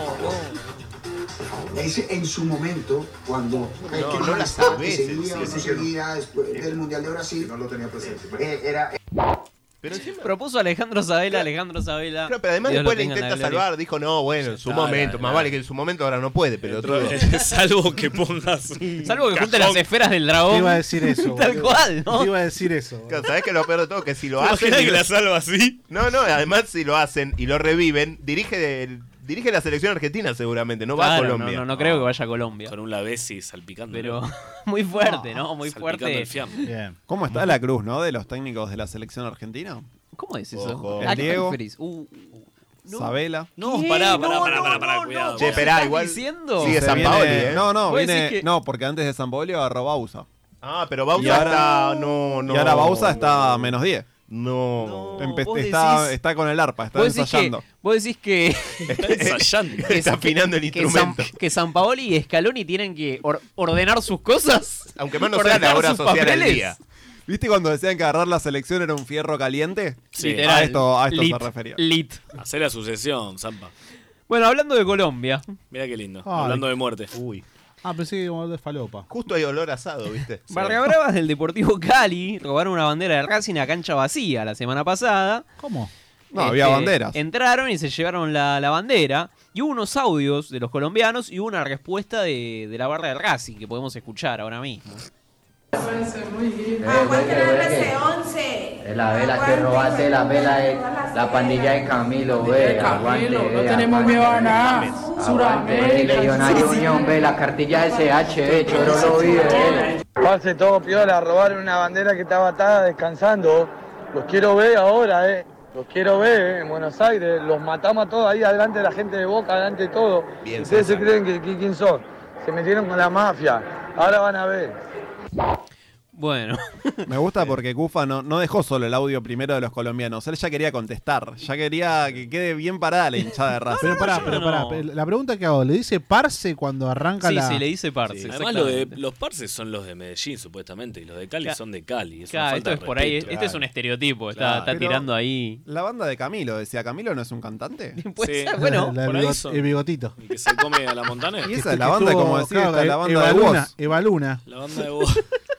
N: Ese en su momento, cuando el
M: No,
N: que
M: no
N: no
M: las
N: estaba, que
M: veces, sí,
N: seguía o no
M: sí, sí,
N: seguía después del Mundial de Brasil,
M: No lo tenía presente.
N: eh, era...
C: Propuso a Alejandro Sabela, Alejandro Sabela.
B: Claro, pero además
C: Dios lo
B: después le
C: tenga en la
B: intenta
C: gloria.
B: salvar. Dijo, no, bueno, en su
K: está,
B: momento.
K: la-
B: Más
K: la-
B: vale que en su momento ahora no puede, pero otro.
K: Salvo que pongas.
C: Salvo que junte las esferas del dragón.
D: Te iba a decir eso.
C: Tal
D: boludo.
C: cual, ¿no?
D: Te iba a decir eso. boludo.
B: ¿Sabes que lo peor de todo? Que si lo
K: ¿Te
B: hacen.
K: imaginas que
B: y-
K: la salva así?
B: No, no, además si lo hacen y lo reviven, dirige el- dirige la selección argentina seguramente, no va a
C: Claro,
B: Colombia.
C: No, no, no creo que vaya a Colombia.
K: Con un lavesi salpicando.
C: Pero muy fuerte, ¿no? Muy
K: Salpicando
C: fuerte.
K: el fiambre.
D: Bien.
A: ¿Cómo está la cruz, no? De los técnicos de la selección argentina.
C: ¿Cómo es eso?
A: Ojo.
C: ¿A qué te
A: Diego.
C: referís? Uh, no.
A: Sabela.
C: No,
K: ¿Qué?
C: pará,
K: No,
C: pará, pará,
K: no,
C: pará, pará,
K: no,
C: cuidado.
K: no.
B: Che,
C: ¿Vos
B: esperá,
C: estás
B: igual
C: diciendo?
B: sigue
A: Se
B: San
A: viene-
B: Paoli, ¿eh?
A: No, no,
C: Vos decís
A: viene-
C: que-
A: no, porque antes de San Paoli agarró Bausa.
B: Ah, pero
A: Y
B: Bausa
A: ahora-
B: está no no.
A: Y ahora Bausa está a menos 10.
B: no.
A: Empe-
C: vos
A: está,
C: decís-
A: está con el arpa, está
C: decís
A: ensayando.
C: que- Vos decís que.
K: Ensayando.
C: que-
B: Está afinando el
C: que San,
B: instrumento.
C: que San Paoli y Scaloni tienen que or- ordenar sus cosas.
B: Aunque más no sea
C: ordenar
B: la hora
C: sus
B: social al
C: papeles.
B: día.
A: ¿Viste cuando decían que agarrar la selección era un fierro caliente?
K: Sí.
A: A esto, a esto
C: Lit,
A: se refería.
C: Lit.
K: Hacer la sucesión, Zampa.
C: Bueno, hablando de Colombia.
K: Mira qué lindo.
D: Ay.
K: Hablando de muerte.
B: Uy.
D: Ah, pensé que íbamos a hablar de falopa.
B: Justo hay olor asado, ¿viste?
C: Barra Bravas del Deportivo Cali robaron una bandera de Racing a cancha vacía la semana pasada. Eh,
D: ¿Cómo?
A: No, había banderas.
C: Entraron y se llevaron la, la bandera. Y hubo unos audios de los colombianos y hubo una respuesta de, de la barra de Racing que podemos escuchar ahora mismo.
O: Aguante la RC11.
P: Es la vela que robaste, la vela de la pandilla de Camilo, ve, aguante,
Q: no
P: ve,
Q: tenemos
P: aguante.
Q: miedo a nada.
P: Aguante,
Q: Suramérica.
P: Legionario Unión, ve, la cartilla de SH, ve, Choro lo vive, ve.
R: Pase todo piola, robaron una bandera que estaba atada descansando. Los quiero ver ahora, eh. Los quiero ver eh, en Buenos Aires. Los matamos a todos ahí, adelante de la gente de Boca, adelante de todo.
B: Bien,
R: Ustedes se
B: César.
R: creen que, que- quién son. Se metieron con la mafia. Ahora van a ver.
C: Bueno.
A: Me gusta porque Cufa no, no dejó solo el audio primero de los colombianos. Él ya quería contestar. Ya quería que quede bien parada la hinchada de raza.
D: Pero pará, Ah, pero pará. pero La pregunta que hago, ¿le dice parce cuando arranca la.
C: dice parce.
K: Además, lo de, los parces son los de Medellín, supuestamente, y los de Cali
C: Ca-
K: son de Cali. Es
C: Claro,
K: una
C: esto
K: falta
C: es
K: de
C: por ahí,
K: respeto.
C: esto es un estereotipo, está,
K: Claro.
C: está
K: Pero-
C: tirando ahí.
A: La banda de Camilo decía, ¿Camilo no es un cantante?
K: Sí.
C: bueno,
D: la-
K: por
D: el
K: ahí
D: bigot-
K: son.
D: el bigotito.
K: Y que se come a la montaña.
A: Y esa es la banda, como decía,
D: claro,
A: está la
C: eh,
D: Eva-
A: banda de
D: Evaluna,
A: voz.
D: Evaluna.
K: La banda de Bo-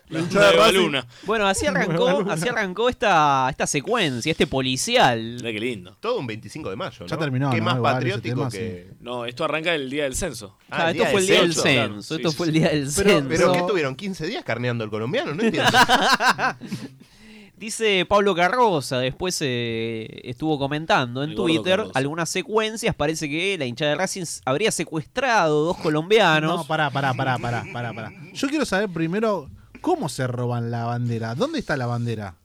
K: La
A: hinchada
K: banda de
A: de Racing.
K: Baluna.
C: Bueno, así
A: Nueva
C: arrancó,
A: luna.
C: así arrancó esta, esta secuencia, este policial.
K: Mira qué lindo.
B: Todo un 25 de mayo, ¿no?
C: Ya terminó,
B: Qué
C: ¿no?
B: más
C: Igual ese
B: patriótico
C: tema,
B: que
K: No, esto arranca el día del censo.
C: Ah, esto fue el día del censo, esto fue el día del
B: Pero-
C: censo.
B: Pero que estuvieron 15 días carneando al colombiano, no entiendo.
C: Dice Pablo Carroza, después eh, estuvo comentando en
K: El gordo
C: Twitter
K: Carroza.
C: algunas secuencias. Parece que la hinchada de Racing habría secuestrado dos colombianos.
D: No, pará, pará, pará, pará, pará, pará. Yo quiero saber primero cómo se roban la bandera. ¿Dónde está la bandera?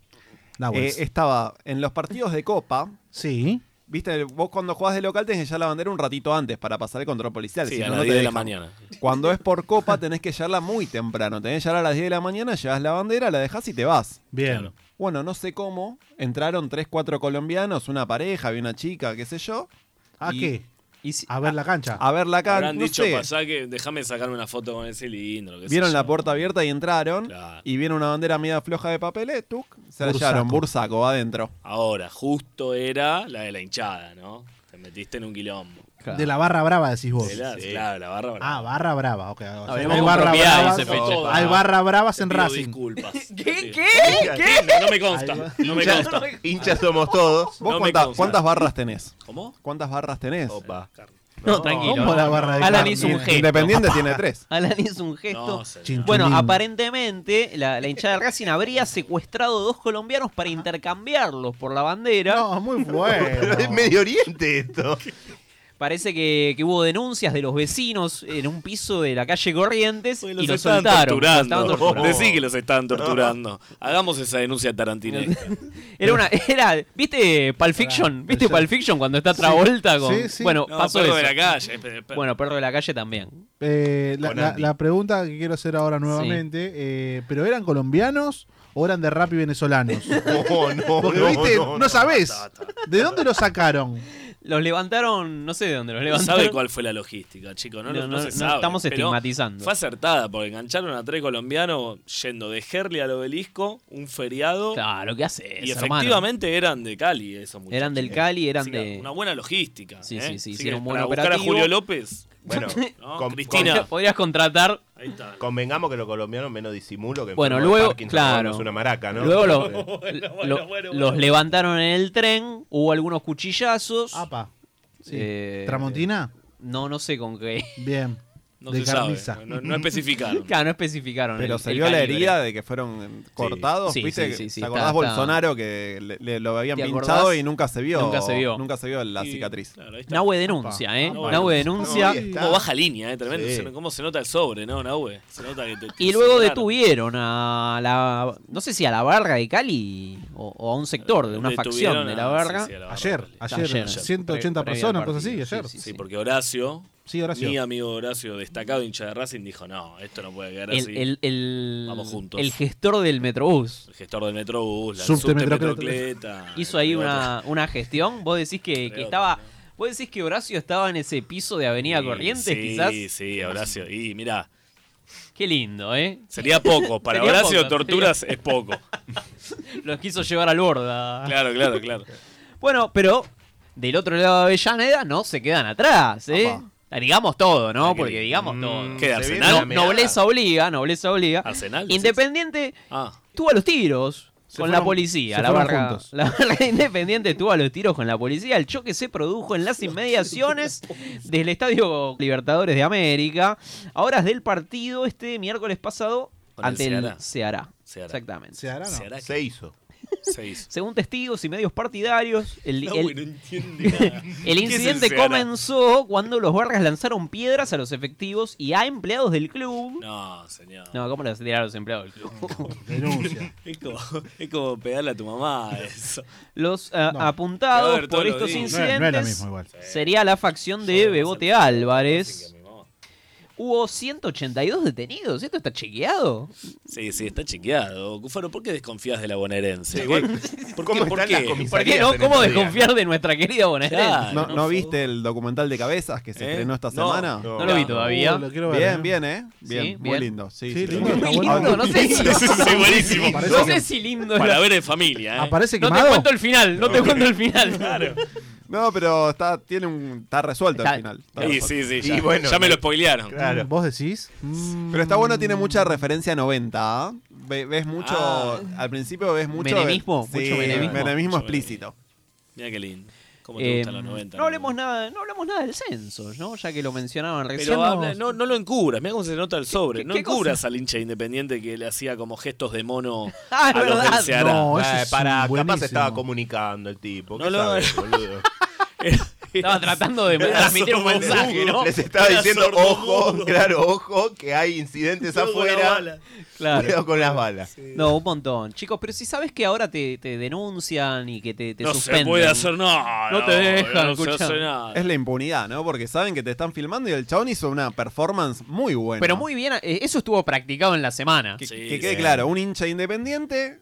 D: Nahuel.
A: Eh, estaba en los partidos de Copa.
D: Ah, Sí.
A: Viste, vos cuando jugás de local tenés que llevar la bandera un ratito antes para pasar el control policial.
K: Sí,
A: si
K: a
A: no,
K: las
A: no te
K: 10 de la
A: dejan.
K: mañana.
A: Cuando es por copa tenés que llevarla muy temprano. Tenés que llegar a las 10 de la mañana, llevas la bandera, la dejás y te vas.
D: Bien.
A: Bueno, no sé cómo. Entraron 3, 4 colombianos, una pareja, había una chica, qué sé yo.
D: ¿A
A: y-
D: Ah, qué?
C: y si-
D: A ver la cancha.
A: A ver la cara.
K: Habrán
A: No
K: dicho,
A: sé.
K: pasá que déjame sacarme una foto con el cilindro. qué sé
A: Vieron
K: yo.
A: la puerta abierta y entraron. Y vieron una bandera media floja de papeles, tuc, se la
K: Bursaco.
A: llevaron. Bursaco, va adentro.
K: Ahora, justo era la de la hinchada, ¿no? Te metiste en un quilombo.
D: De la barra brava decís vos.
K: De la- Claro, la barra brava.
D: Ah, barra brava, ok. o sea,
K: Hablemos
D: hay
K: con
D: barra
K: propiedad,
D: bravas,
K: dice Fecha.
D: hay barra bravas en
K: Te pido
D: Racing.
K: Disculpas.
C: ¿Qué?
K: ¿Qué? No me consta. No me
B: Hinchas-
K: consta.
B: Hinchas somos todos.
A: ¿Vos
K: No me
A: cuánta-
K: consta.
A: cuántas barras tenés?
K: ¿Cómo?
A: ¿Cuántas barras tenés?
B: Opa.
C: No, tranquilo.
A: ¿Cómo la barra de
C: Alan
A: carne?
C: hizo un gesto.
A: Independiente tiene tres.
C: Alan hizo un gesto.
A: No, señor.
C: bueno,
A: Chinchulín.
C: aparentemente la, la hinchada de Racing habría secuestrado dos colombianos para intercambiarlos por la bandera. No,
D: muy
B: Pero es Medio Oriente esto.
C: Parece que, que hubo denuncias de los vecinos en un piso de la calle Corrientes y los
K: están
C: soltaron. Los
K: torturando.
C: estaban torturando.
K: Decí que los están torturando. Hagamos esa denuncia tarantinesca.
C: Era una, era, ¿viste Pulp Fiction? ¿Viste Pulp Fiction cuando está Travolta con
K: Sí, sí.
C: Bueno,
K: No,
C: pasó
K: Perro de
C: eso.
K: la Calle, pe- pe-
C: Bueno, Perro de la calle también.
D: Eh, la,
C: Con
D: la-
C: Andy.
D: la pregunta que quiero hacer ahora nuevamente, eh, ¿pero eran colombianos o eran de rap y venezolanos? Porque, viste, no, sabés. ¿De dónde lo sacaron?
C: Los levantaron, no sé de dónde los
K: No
C: levantaron.
K: sabe cuál fue la logística, chicos. No,
C: No,
K: lo-
C: no, no
K: se sabe.
C: estamos
K: Pero
C: estigmatizando.
K: Fue acertada porque engancharon a tres colombianos yendo de Gerli al obelisco, un feriado.
C: Claro, ¿qué haces,
K: Y
C: hermano?
K: efectivamente eran de Cali esos muchachos.
C: Eran del Cali, eran
K: Así que
C: de-
K: Una buena logística.
C: Sí,
K: ¿eh?
C: sí, sí,
K: Así
C: hicieron
K: que
C: un buen
K: para buscar
C: operativo.
K: a Julio López.
B: Bueno,
K: ¿no?
B: con-
K: Cristina.
C: Podrías contratar.
K: Ahí está.
B: Convengamos que los colombianos menos disimulo que
C: Bueno,
B: enfermo de
C: luego,
B: Parkinson,
C: claro.
B: es una maraca, ¿no?
C: Luego lo-
B: Eh,
C: lo- los levantaron en el tren, hubo algunos cuchillazos.
D: Apa. Sí.
C: Eh,
D: ¿Tramontina?
C: No, no sé con qué.
D: Bien.
K: No
D: de
K: se sabe.
D: carniza.
K: No- no especificaron.
C: Claro, no especificaron.
A: Pero
C: el-
A: se
C: el
A: vio la
C: calibre.
A: herida de que fueron cortados.
C: Sí,
A: ¿Viste?
C: sí, sí,
A: ¿Te
C: sí, está-
A: acordás
C: está-
A: Bolsonaro que le- le- lo habían
C: ¿Te
A: pinchado
C: acordás?
A: y nunca se vio?
C: Nunca se vio.
A: Nunca se vio la cicatriz.
C: Nahue denuncia, ¿eh?
K: Nahue
C: Nahue
K: No,
C: denuncia.
K: ahí está. Cómo baja línea, ¿eh? Tremendo.
C: Sí.
K: Se- Cómo se nota el sobre, ¿no, Nahue? Se nota que te- te
C: Y luego
K: señalaron.
C: detuvieron a la. No sé si a la barra de Cali o, o a un sector de una
K: Detuvieron
C: facción de la
K: a-
C: barra.
K: sí, sí, a la barra.
D: Ayer, ayer,
C: Ayer,
D: 180
K: pre- previo
D: personas,
K: al
D: cosas así,
K: partido.
D: ayer.
K: Sí, sí, sí, porque Horacio,
D: Sí, Horacio.
K: mi amigo Horacio, destacado hincha de Racing, dijo, no, esto no puede quedar
C: El,
K: así.
C: el- el-
K: Vamos juntos.
C: el gestor del Metrobús.
K: El gestor del Metrobús, la
D: Subte
K: subte
D: Metrocleta.
K: Metrocleta.
C: Hizo ahí una, una gestión. Vos decís que, que
K: Creo
C: estaba. Vos decís que Horacio estaba en ese piso de Avenida Corrientes,
K: sí,
C: quizás.
K: Sí, sí, Horacio. Y mira,
C: Qué lindo, ¿eh?
K: sería poco. Para
C: Sería
K: Horacio,
C: poco,
K: torturas
C: sería- Ah.
K: es poco.
C: Los quiso llevar al borda.
K: Claro, claro, claro.
C: Bueno, pero del otro lado de Avellaneda no se quedan atrás, ¿eh? Ah, Digamos todo, ¿no? Porque digamos todo.
K: ¿qué,
C: No-
K: Arsenal?
C: no-
K: La mm, mirada.
C: Mm, nobleza obliga, nobleza obliga.
K: Arsenal, decís. Ah,
C: Independiente tuvo a los tiros con la
K: fueron-
C: policía.
K: se
C: La
K: fueron
C: barra,
K: juntos.
C: la barra de Independiente tuvo a los tiros con la policía. El choque se produjo en las inmediaciones del Estadio Libertadores de América. A horas del partido este miércoles pasado
K: Con el
C: ante
K: Ceará.
C: el Ceará.
K: Ceará.
C: Exactamente.
D: Ceará, no.
K: Ceará,
B: Se hizo.
K: Se hizo.
C: Según testigos y medios partidarios, el,
K: No,
C: el-
K: güey, no entiende nada. ¿Qué es
C: el incidente
K: Ceará?
C: comenzó cuando los barras lanzaron piedras a los efectivos y a empleados del club.
K: No, señor.
C: No, ¿cómo les tiraron a los empleados del club?
D: Denuncia.
K: Es como, es como pegarle a tu mamá eso.
C: Los ah,
K: No.
C: apuntados
K: Claro, todos
C: por
K: los
C: estos
K: días.
C: incidentes
K: No es- no es lo mismo igual.
C: sería la facción de Bebote Álvarez. Hubo 182 detenidos, esto está chequeado.
K: Sí, sí, está chequeado. Cufaro, ¿por qué desconfías de la bonaerense?
B: Sí, güey.
K: ¿Por
B: ¿Cómo
K: qué? ¿Por
B: están
K: qué?
B: las comisarías
C: ¿Por qué no?
B: en
C: ¿Cómo
B: estos días?
C: desconfiar de nuestra querida bonaerense?
K: Claro.
A: ¿No, no viste el documental de cabezas que se
C: ¿Eh?
A: estrenó esta
C: No,
A: semana?
C: no lo vi todavía. Uh, lo quiero ver,
A: bien,
C: eh.
A: bien, ¿eh? Bien,
C: Sí,
A: muy
C: bien.
A: lindo. Sí,
D: Sí,
A: sí,
D: lindo,
A: sí.
D: está
C: Muy lindo, no sé si.
K: Sí, sí, sí, buenísimo.
C: No sé si lindo.
K: Para ver en familia, ¿eh?
D: ¿Aparece
C: No te
D: quemado?
C: cuento el final, no te cuento el final.
A: No, pero está, tiene un, está resuelto al final. Está
K: Sí,
A: resuelto.
K: sí, sí, ya, ya me lo spoilearon.
A: Claro.
D: ¿Vos decís?
A: Pero está bueno, tiene mucha referencia a 90. ¿ah? Ve- ves mucho. Al principio ves mucho.
C: Ah. Menemismo,
A: sí,
C: mucho menemismo.
A: menemismo
K: Mucho
A: explícito.
K: Mira qué lindo. ¿Cómo te
C: Eh,
K: gustan los 90?
C: no hablemos nada, no hablamos nada del censo, ¿no? Ya que lo mencionaban recién.
K: Pero
C: no-
K: habla- no, no lo encubras, mira cómo se nota el sobre.
C: qué-
K: no
C: qué
K: encubras
C: cosa?
K: al hincha independiente que le hacía como gestos de mono
C: Ah, es
K: a los
C: verdad.
K: del Ceará.
D: No, eso
K: Eh,
D: es
K: para-
B: Ah, capaz
D: Buenísimo.
B: se estaba comunicando el tipo. ¿Qué
K: No lo-
B: sabe, boludo?
C: Estaba tratando de
K: Era
C: transmitir un
K: sordo
C: mensaje,
K: mudo.
C: ¿no?
B: Les estaba
K: Era
B: diciendo,
K: sordo
B: ojo,
K: mudo.
B: claro, ojo, que hay incidentes
K: Cuidado con la
B: afuera.
K: bala.
C: Claro.
B: Cuidado con las balas.
K: Eh.
C: No, un montón. Chicos, pero si sabes que ahora te, te denuncian y que te, te
K: No
C: suspenden.
K: se puede hacer, no.
C: No te dejan,
K: no se
C: escuchá.
K: hace nada.
A: Es la impunidad, ¿no? Porque saben que te están filmando y el chabón hizo una performance muy buena.
C: Pero muy bien, eh, eso estuvo practicado en la semana.
A: Que, que quede claro, un hincha independiente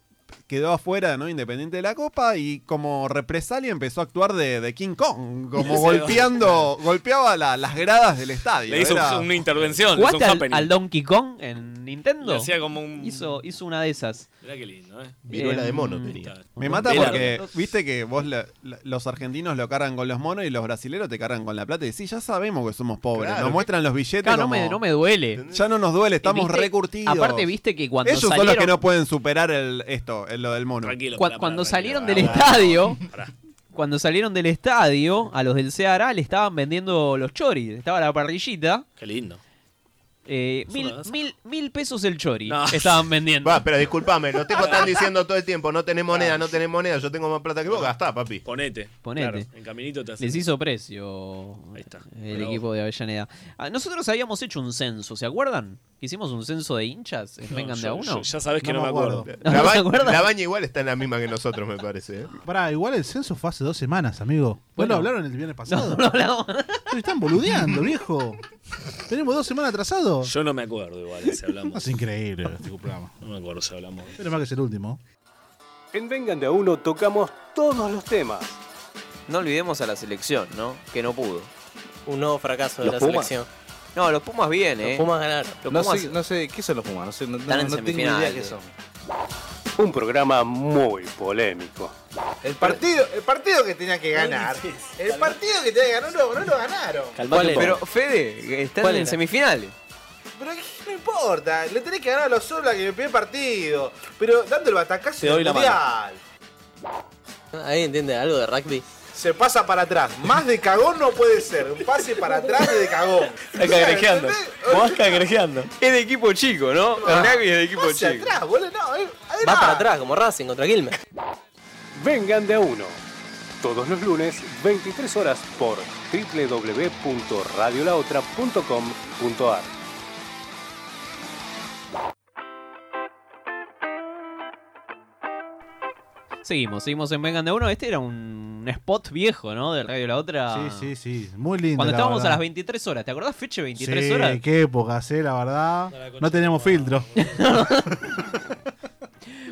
A: quedó afuera, ¿no? Independiente de la Copa y como represalia empezó a actuar de, de King Kong, como
K: Sí.
A: golpeando, golpeaba la- las gradas del estadio.
K: Le hizo
A: Era-
K: una intervención, le hizo un
C: ¿Jugaste al,
K: happening.
C: al Donkey Kong en Nintendo?
K: Le hacía como un-
C: hizo, hizo una de esas.
K: Mirá qué lindo, eh.
B: Viruela de mono
C: Em,
B: tenía.
A: Me mata
K: Era-
A: porque, viste que vos la- la- los argentinos lo cargan con los monos y los brasileros te cargan con la plata. Y sí, ya sabemos que somos pobres.
B: Claro,
A: nos
B: ¿qué-
A: muestran los billetes
C: Claro, no
A: como-
C: me, no me duele.
A: Ya no nos duele, estamos
C: ¿Viste?
A: recurtidos.
C: Aparte, viste que cuando
A: Ellos
C: salieron,
A: son los que no pueden superar el, esto, el- lo del mono.
K: Tranquilo,
C: cua-
K: pará,
C: cuando
K: pará, Ah,
C: salieron
K: pará,
C: del
K: pará,
C: estadio,
K: pará.
C: cuando cuando salieron del estadio, a los del Ceará le estaban vendiendo los choris. Estaba la parrillita.
K: Qué lindo.
C: Eh, mil, mil, mil pesos el chori.
B: No.
C: Estaban vendiendo.
B: Va, pero discúlpame, los tipos están diciendo todo el tiempo, no tenés moneda, no tenés moneda, yo tengo más plata que vos, gastá, papi.
K: Ponete.
C: Ponete.
K: Claro, en caminito te hace.
C: Les hizo precio el
K: Bravo.
C: equipo de Avellaneda. Ah, Nosotros habíamos hecho un censo, ¿se acuerdan? Que hicimos un censo de hinchas en
K: No,
C: Vengan de
K: yo-
C: a uno.
K: yo- ya sabés que no me acuerdo.
C: ¿No
B: La,
C: te
B: ba-
C: acuerdas?
B: la baña igual está en la misma que nosotros, me parece. ¿eh?
D: Pará, igual el censo fue hace dos semanas, amigo. ¿No
B: Bueno.
D: lo hablaron el viernes pasado?
B: No,
C: no hablamos.
D: Se están boludeando, viejo. Tenemos dos semanas atrasados.
K: Yo no me acuerdo igual si hablamos.
D: Es increíble este programa.
K: No me acuerdo si hablamos.
D: Pero más que es el último.
Q: En Vengan de a uno tocamos todos los temas.
S: No olvidemos a la selección, ¿no? Que no pudo.
L: Un nuevo fracaso de
S: ¿Los
L: la
S: Pumas?
L: selección.
S: No, los Pumas bien,
L: Los
S: ¿eh?
L: Pumas ganaron.
S: Los
L: No
S: Pumas
L: sé-
S: no sé, ¿qué son los Pumas? No, sé, no,
L: Están en semifinales.
Q: Un programa muy polémico.
T: El partido, el partido que tenía que ganar. El partido que tenía que ganar, no, no lo ganaron.
S: Pero, Fede, eh, están
T: ¿Cuál
S: en
T: era?
S: semifinales.
T: Pero que no importa, le tenés que ganar a los Solas que en el primer partido. Pero dando el batacazo
L: Te
T: del
L: doy la
T: mundial.
L: ¿Ahí entiende algo de rugby?
T: Se pasa para atrás. Más de cagón no puede ser. Un pase para atrás de cagón.
L: Está cangrejeando.
K: Vos cangrejeando.
S: Es de equipo chico, ¿no? El rugby es de equipo
T: Pase
S: chico.
T: atrás, boludo. No, es- es
L: Va
T: nada.
L: para atrás, como Racing contra Quilmes.
Q: Vengan de a uno. Todos los lunes, 23 horas por www.radiolaotra.com.ar.
C: Seguimos, seguimos en Vengan de a uno. Este era un spot viejo, ¿no? De Radio La Otra.
D: Sí, sí, sí. Muy lindo.
C: Cuando
D: la
C: estábamos
D: verdad.
C: a las 23 horas, ¿te acordás, Feche? 23
D: sí,
C: horas.
D: qué épocas, eh, la verdad. No teníamos filtro.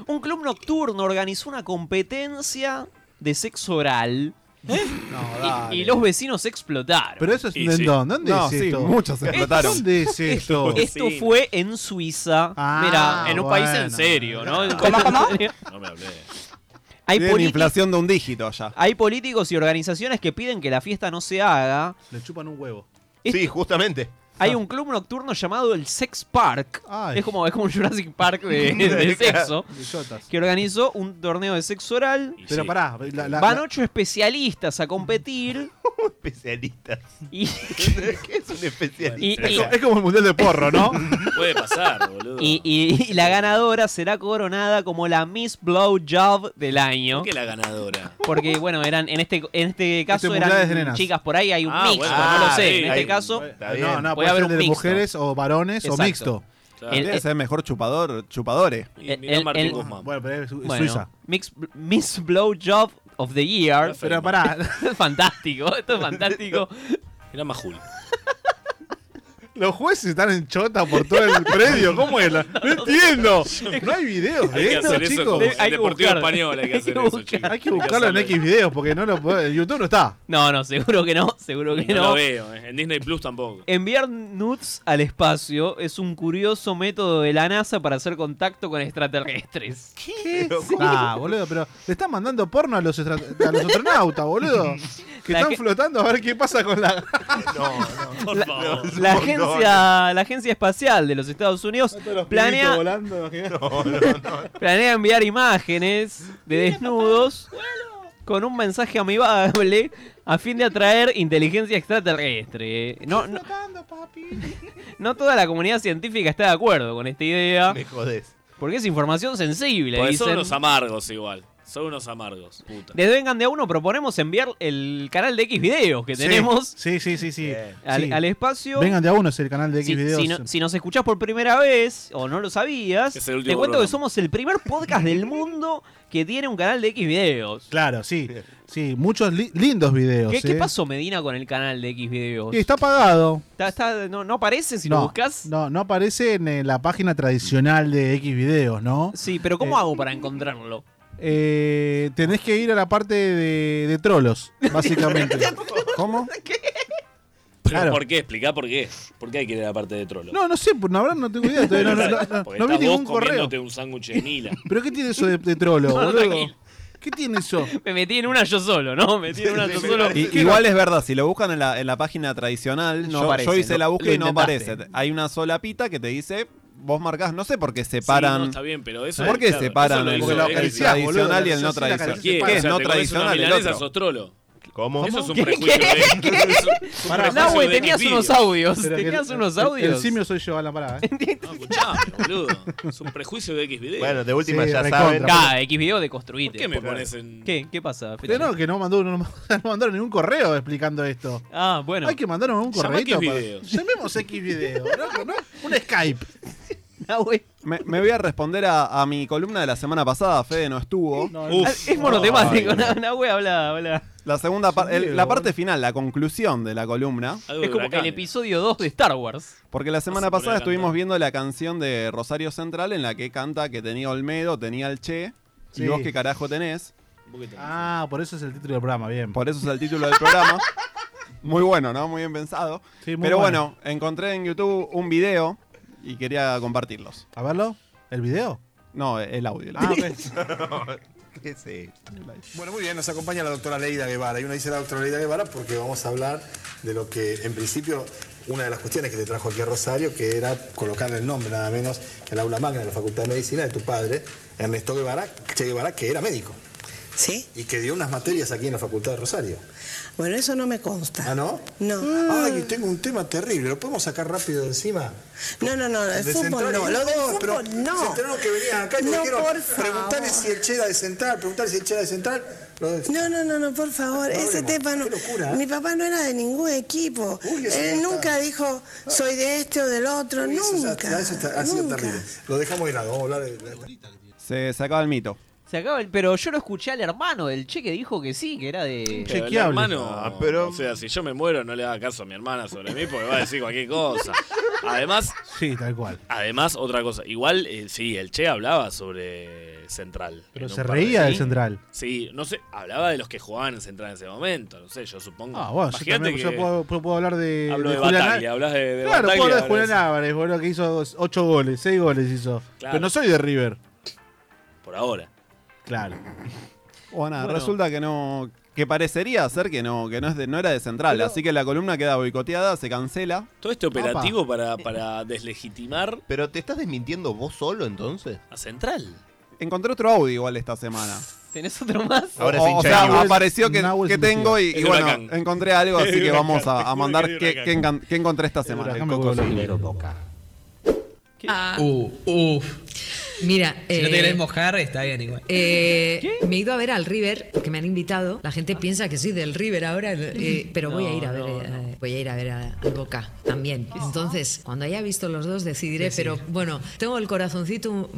C: Un club nocturno organizó una competencia de sexo oral. Y-
D: ¿Eh? dale.
C: y, los vecinos explotaron.
D: Pero eso es ¿en dónde? ¿Dónde
A: No,
D: es
A: sí,
D: esto?
A: muchos explotaron.
D: ¿Dónde es esto?
C: Esto fue en Suiza.
D: Ah,
C: Mira, en un
D: bueno.
C: país en serio, ¿no?
A: ¿Cómo, cómo?
K: No me hablé.
C: Hay,
A: Tienen
C: politi-
A: inflación de un dígito allá.
C: hay políticos y organizaciones que piden que la fiesta no se haga.
D: Le chupan un huevo.
C: sí, justamente. Hay un club nocturno llamado el Sex Park.
D: Ay.
C: Es como, es como un Jurassic Park de, de sexo.
D: De yotas.
C: Que organizó un torneo de sexo oral.
D: Pero pará, la- la-
C: Van
D: la-
C: ocho especialistas a competir. especialistas. Y,
B: ¿Qué es un especialista?
C: Y-
D: es,
C: y-
D: como, es como el mundial de porro, ¿no?
K: Puede pasar, boludo.
C: y- y- y la ganadora será coronada como la Miss Blowjob del año.
K: ¿Por qué la ganadora?
C: Porque, bueno, eran en este, en este caso
D: mundial es de
C: eran
D: nenas.
C: chicas por ahí, hay un
K: Ah,
C: mixto,
K: bueno,
C: no lo
K: ah,
C: sé.
K: sí,
C: en este
K: hay-
C: caso,
D: no, no, puede,
C: haber
D: ser
C: un
D: de
C: mixto.
D: mujeres o varones
C: Exacto.
D: o mixto.
C: Claro. El-
A: Debe ser mejor chupador, chupadores.
C: El- el- el-
D: Bueno, pero es
C: Bueno,
D: Suiza.
C: mix- Miss Blowjob of the Year.
D: Pero pará.
C: fantástico, esto es fantástico.
K: Era Majul.
D: Los jueces están en chota por todo el predio. ¿Cómo es? la- No entiendo. No hay videos de
K: Hay que
D: esto,
K: hacer eso
D: chicos.
K: como Hay que Deportivo buscar. Español, hay que hacer eso, chicos.
D: Hay que buscarlo en X videos porque no lo puedo- en YouTube no está.
C: No, no, seguro que no, seguro que
K: No,
C: no.
K: lo veo, eh. en Disney Plus tampoco.
C: Enviar nudes al espacio es un curioso método de la NASA para hacer contacto con extraterrestres.
D: ¿Qué? Nah, boludo, pero le están mandando porno a los, estra- a los astronautas, boludo. Que
C: La
D: están
C: que-
D: flotando a ver qué pasa con la.
C: La, la agencia, la agencia espacial de los Estados Unidos planea, planea enviar imágenes de desnudos con un mensaje amigable a fin de atraer inteligencia extraterrestre. No, no, no toda la comunidad científica está de acuerdo con esta idea.
B: Me jodés.
C: Porque es información sensible.
K: Porque son
C: dicen.
K: unos amargos igual. Son unos amargos, puta.
C: Desde Vengan de a uno proponemos enviar el canal de X videos que tenemos
D: Sí, sí, sí, sí.
C: al,
D: Sí.
C: al espacio.
D: Vengan de a uno, es el canal de X
C: Si,
D: videos.
C: si no- si nos escuchás por primera vez o no lo sabías,
D: Es
C: te
D: el
C: cuento
D: último
C: que
D: programa.
C: somos el primer podcast del mundo que tiene un canal de X videos.
D: Claro, sí. Sí, muchos li- lindos videos.
C: ¿Qué, qué
D: eh.
C: pasó Medina con el canal de X videos?
D: Y está apagado.
C: Está- está- no, no aparece si lo
D: no,
C: buscas.
D: no, no aparece en eh, la página tradicional de X videos, ¿no?
C: Sí, pero ¿cómo hago para encontrarlo?
D: Eh, tenés que ir a la parte de, de trolos, básicamente. ¿Cómo?
K: Pero
D: Claro.
K: ¿por qué? Explicá por qué. ¿Por qué hay que ir a la parte de trolo?
D: No, no sé, por- la verdad no tengo idea. todavía No, no, no- no-
K: Porque
D: no vi
K: está vos
D: ningún correo.
K: comiéndote un sándwich de Nila.
D: ¿Pero qué tiene eso de, de trolo,
K: No,
D: boludo?
K: tranquilo.
D: ¿Qué tiene eso?
C: Me metí en una yo solo, ¿no? Me metí en una yo solo.
A: I- igual es verdad, si lo buscan en la, en la página tradicional, yo,
C: No aparece,
A: yo hice
C: lo-
A: la búsqueda
C: lo
A: y no
C: intentaste.
A: aparece. Hay una sola pita que te dice vos marcás, no sé por qué
K: Sí,
A: separan.
K: no, está bien, pero eso-
A: ¿Por qué
K: claro,
A: separan
K: eso lo
A: el,
K: hizo
A: el
K: Vélez.
A: tradicional y el no
K: Cualquiera,
A: tradicional?
K: o
A: ¿Qué es
K: sea,
A: no
K: te comes una
A: tradicional? El
K: milanesa,
A: otro.
K: sos trolo.
B: ¿Cómo?
K: Eso es un
A: ¿Qué?
K: prejuicio.
A: ¿Qué?
K: de-
A: ¿Qué?
K: es un- es un
D: Pará,
K: prejuicio
D: Nahue,
K: de
D: tenías
K: envidia.
D: unos audios, Pero que tenías el- unos el- audios. el simio soy yo, Alan, pará, eh.
K: No, escuchame, boludo. Es un prejuicio de X video.
B: Bueno, de última Sí, ya recontra.
C: saben.
B: saben.
C: Cada X video de construite.
K: ¿Por qué me pones en-
C: ¿Qué, ¿Qué pasa? Fecha?
D: No, que no, mandó, no, no mandaron ningún correo explicando esto.
C: Ah, bueno.
D: Hay que mandar un
C: Llama
D: correo.
C: Xvideo.
D: Llamemos X video, ¿no? ¿No? Un Skype.
A: Me, me voy a responder a, a mi columna de la semana pasada, Fede no estuvo.
C: es monotemático,
A: Ay,
C: na- Nahue habla, habla.
A: La segunda par- el-
C: Diego,
A: la parte final, la conclusión de la columna.
C: Es como el episodio 2 de Star Wars.
A: Porque la semana
C: Vas a poner
A: pasada
C: a
A: estuvimos viendo la canción de Rosario Central en la que canta que tenía Olmedo, tenía el Che.
D: Sí.
A: ¿Y vos qué carajo tenés?
D: Ah, por eso es el título del programa, bien.
A: Por eso es el título del programa. Muy bueno, ¿no? Muy bien pensado.
D: Sí, muy
A: Pero
D: bueno.
A: bueno. encontré en YouTube un video y quería compartirlos.
D: A verlo, ¿el video?
A: No, el audio. el
D: Ah,
A: audio.
D: ves.
B: ¿Qué es esto?
U: Bueno, muy bien, nos acompaña la doctora Leida Guevara. Y uno dice la doctora Leida Guevara porque vamos a hablar de lo que, en principio, una de las cuestiones que te trajo aquí a Rosario, que era colocarle el nombre nada menos que al aula magna de la Facultad de Medicina de tu padre, Ernesto Guevara, Che Guevara, que era médico.
V: Sí.
U: Y que dio unas materias aquí en la Facultad de Rosario.
V: Bueno, eso no me consta.
U: ¿Ah, no?
V: No.
U: Ay, tengo un tema terrible. ¿Lo podemos sacar rápido de encima?
V: No, no, no, el
U: De
V: fútbol
U: Central
V: no,
U: y
V: lo del
U: no, pero
V: fútbol no.
U: Se enteraron que venías acá y me
V: no,
U: dijeron,
V: por favor.
U: preguntale si el Che era de Central, preguntale si el Che era de Central. Lo de-
V: No, no, no, no, por favor, ese tema no.
U: locura, ¿eh?
V: Mi papá no era de ningún equipo.
U: Uy, eso
V: Él
U: ya está.
V: nunca dijo soy de este o del otro,
U: Eso ya-
V: nunca.
U: ya, eso está- ha sido
V: nunca.
U: terrible. Lo dejamos de lado, vamos a hablar de...
A: Se, se acaba el mito.
C: Se acaba el- pero yo lo escuché al hermano del Che que dijo que sí, que era de.
K: Pero el hermano, o sea, si yo me muero no le haga caso a mi hermana sobre mí porque va a decir cualquier cosa. Además,
D: Sí, tal cual.
K: además otra cosa, igual eh, sí, el Che hablaba sobre Central.
D: Pero
K: en un
D: se
K: par de-
D: reía del
K: ¿Sí?
D: Central.
K: Sí, no sé, hablaba de los que jugaban en Central en ese momento, no sé, yo supongo.
D: Ah, bueno, yo,
K: Imagínate
D: también, yo
K: que-
D: puedo, puedo- puedo hablar de.
K: Hablo de
D: Julián
K: Bataglia,
D: Á-
K: hablas de-
D: Claro,
K: de
D: puedo
K: Bataglia,
D: hablar de Julián
K: hablas-
D: Álvarez, boludo, que hizo 8 goles, 6 goles hizo.
K: Claro.
D: Pero no soy de River.
K: por ahora.
D: Claro.
A: O nada,
D: Bueno.
A: resulta que no. que parecería ser que no, que no es de- no era de central. así que la columna queda boicoteada, se cancela.
K: Todo este operativo para, para deslegitimar
B: Pero te estás desmintiendo vos solo entonces.
K: a Central.
A: Encontré otro audio igual esta semana.
C: ¿Tenés otro más?
A: o, o sea, apareció que, que tengo y, y
C: El
A: bueno,
C: huracán.
A: encontré algo,
C: El
A: así que
C: huracán,
A: vamos
C: te
A: a,
C: juro
A: a
C: que
A: mandar
C: el
A: qué,
C: huracán.
A: qué encan- qué encontré esta semana.
W: huracán me vuelve loco. Primero
A: Boca.
W: Uh, uf. Mira,
X: Si no
W: eh,
X: te querés mojar, está bien igual.
W: eh, me he ido a ver al River, que me han invitado. La gente piensa que soy del River ahora, eh, pero voy a ir a ver, eh, voy a ir a ver a, al Boca también. Entonces, cuando haya visto los dos decidiré,
X: Sí, sí.
W: pero bueno, tengo el corazoncito un,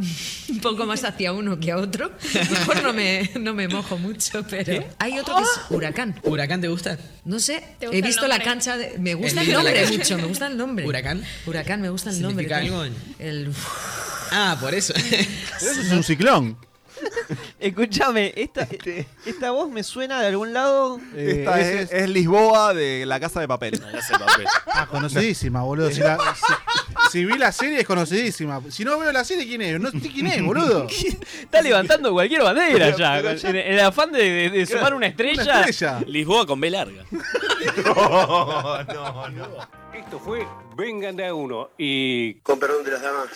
W: un poco más hacia uno que a otro. Mejor no me, no me mojo mucho, pero hay otro que es Huracán.
X: ¿Huracán te gusta?
W: No sé,
X: ¿Te gusta
W: he
X: el
W: visto la
X: nombre?
W: cancha, de- me gusta
X: ¿El
W: el,
X: lindo la
W: nombre
X: cancha?
W: mucho, me gusta el nombre.
X: ¿Huracán?
W: Huracán, me gusta el nombre.
X: ¿Significa algo?
W: El...
X: Ah, por eso.
D: Eso es un ciclón.
C: Escúchame, esta,
D: Este-
C: esta voz me suena de algún lado.
A: Esta es, es Lisboa de la Casa de Papel.
D: Ah, conocidísima, boludo. Si, la- si- si vi la serie es conocidísima. Si no veo la serie, ¿quién es? No sé quién es, boludo.
C: Está levantando cualquier bandera
D: Pero-
C: ya.
D: pero ya-
C: En el afán de, de- de sumar una estrella.
D: Una estrella.
K: Lisboa con B larga.
B: No, no, no.
Q: Esto fue Vengan de a uno y. Con perdón de las damas.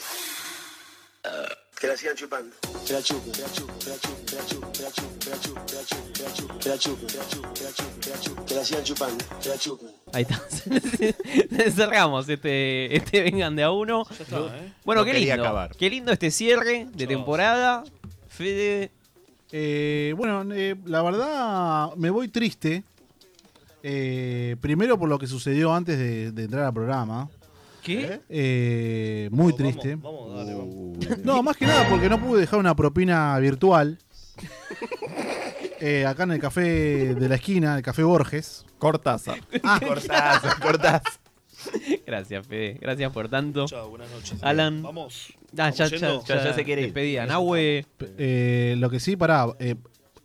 N: Que la sigan chupando. Que la chupen, que la chupen, que la chupen, que la chupen, que la chupen, que la chupen, que la chupen, que la chupen, que la chupen, que la chupen, que la chupen, que la chupen, que la sigan chupando, que la chupen.
C: Ahí está. Cerramos este, este Vengan de a uno.
B: está, ¿eh?
C: Bueno,
B: No
C: qué
B: quería
C: lindo.
B: acabar.
C: Qué lindo este cierre de temporada. Fede.
D: Eh, bueno, eh, la verdad me voy triste. Eh, primero por lo que sucedió antes de, de entrar al programa.
C: ¿Qué?
D: Eh, muy triste. No, más que nada porque no pude dejar una propina virtual. Eh, acá en el café de la esquina, el café Borges.
A: Cortázar.
D: Ah,
B: Cortázar, Cortázar.
D: ¿Eh?
C: Gracias, Fede. Gracias por tanto.
K: Chao, buenas noches.
C: Alan.
K: Vamos.
C: Ah, ya,
K: Vamos
C: ya,
K: yendo.
C: ya,
K: Ya, ya se quiere ir.
C: Despedida. Nahue.
D: Eh, lo que sí, para,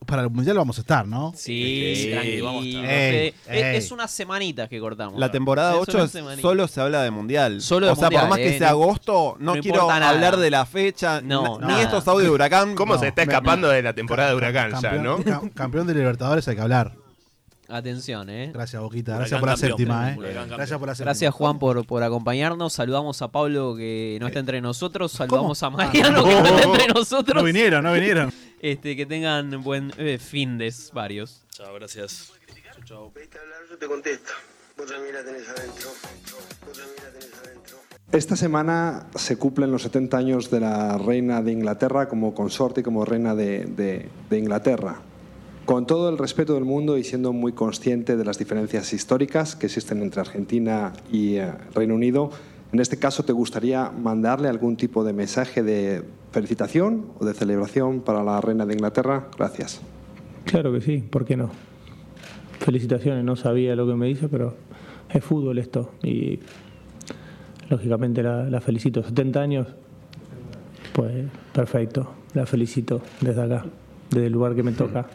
D: para el mundial vamos a estar, ¿no?
C: Sí,
D: Sí,
C: tranquilo.
D: vamos a estar.
C: Fede,
D: Ey,
C: es,
D: ey.
C: es unas semanitas que cortamos.
A: La temporada
C: Es
A: 8
C: unas
A: es-
C: semanitas.
A: solo se habla de mundial.
C: Solo de
A: o sea,
C: mundial,
A: por más que
C: eh,
A: sea
C: no-
A: agosto, no,
C: no
A: quiero
C: importa nada.
A: hablar de la fecha,
C: No,
A: ni
C: nada.
A: estos audios de huracán.
B: ¿Cómo se está escapando de la temporada de Huracán ya,
D: Campeón,
B: no?
D: ca- campeón de Libertadores hay que hablar.
C: Atención, ¿eh?
D: Gracias, Boquita. Gracias por la campeón, séptima, ¿eh? Huracán campeón. Gracias por la séptima.
C: Gracias, Juan, por, por acompañarnos. Saludamos a Pablo, que no está entre nosotros. Saludamos a Mariano, que no está entre nosotros.
D: Ah. No vinieron, no vinieron.
C: Este, que tengan buen eh, findes varios.
K: Chao, gracias. Chao.
N: Yo te contesto. Vos también la tenés adentro. Vos también la tenés adentro.
E: Esta semana se cumplen los 70 años de la reina de Inglaterra como consorte y como reina de, de- de Inglaterra. Con todo el respeto del mundo y siendo muy consciente de las diferencias históricas que existen entre Argentina y eh, Reino Unido, en este caso te gustaría mandarle algún tipo de mensaje de felicitación o de celebración para la reina de Inglaterra. Gracias.
G: Claro que sí, ¿por qué no? Felicitaciones, no sabía lo que me dice, pero es fútbol esto. Y lógicamente la, la felicito. 70 años, pues perfecto, la felicito desde acá, desde el lugar que me toca.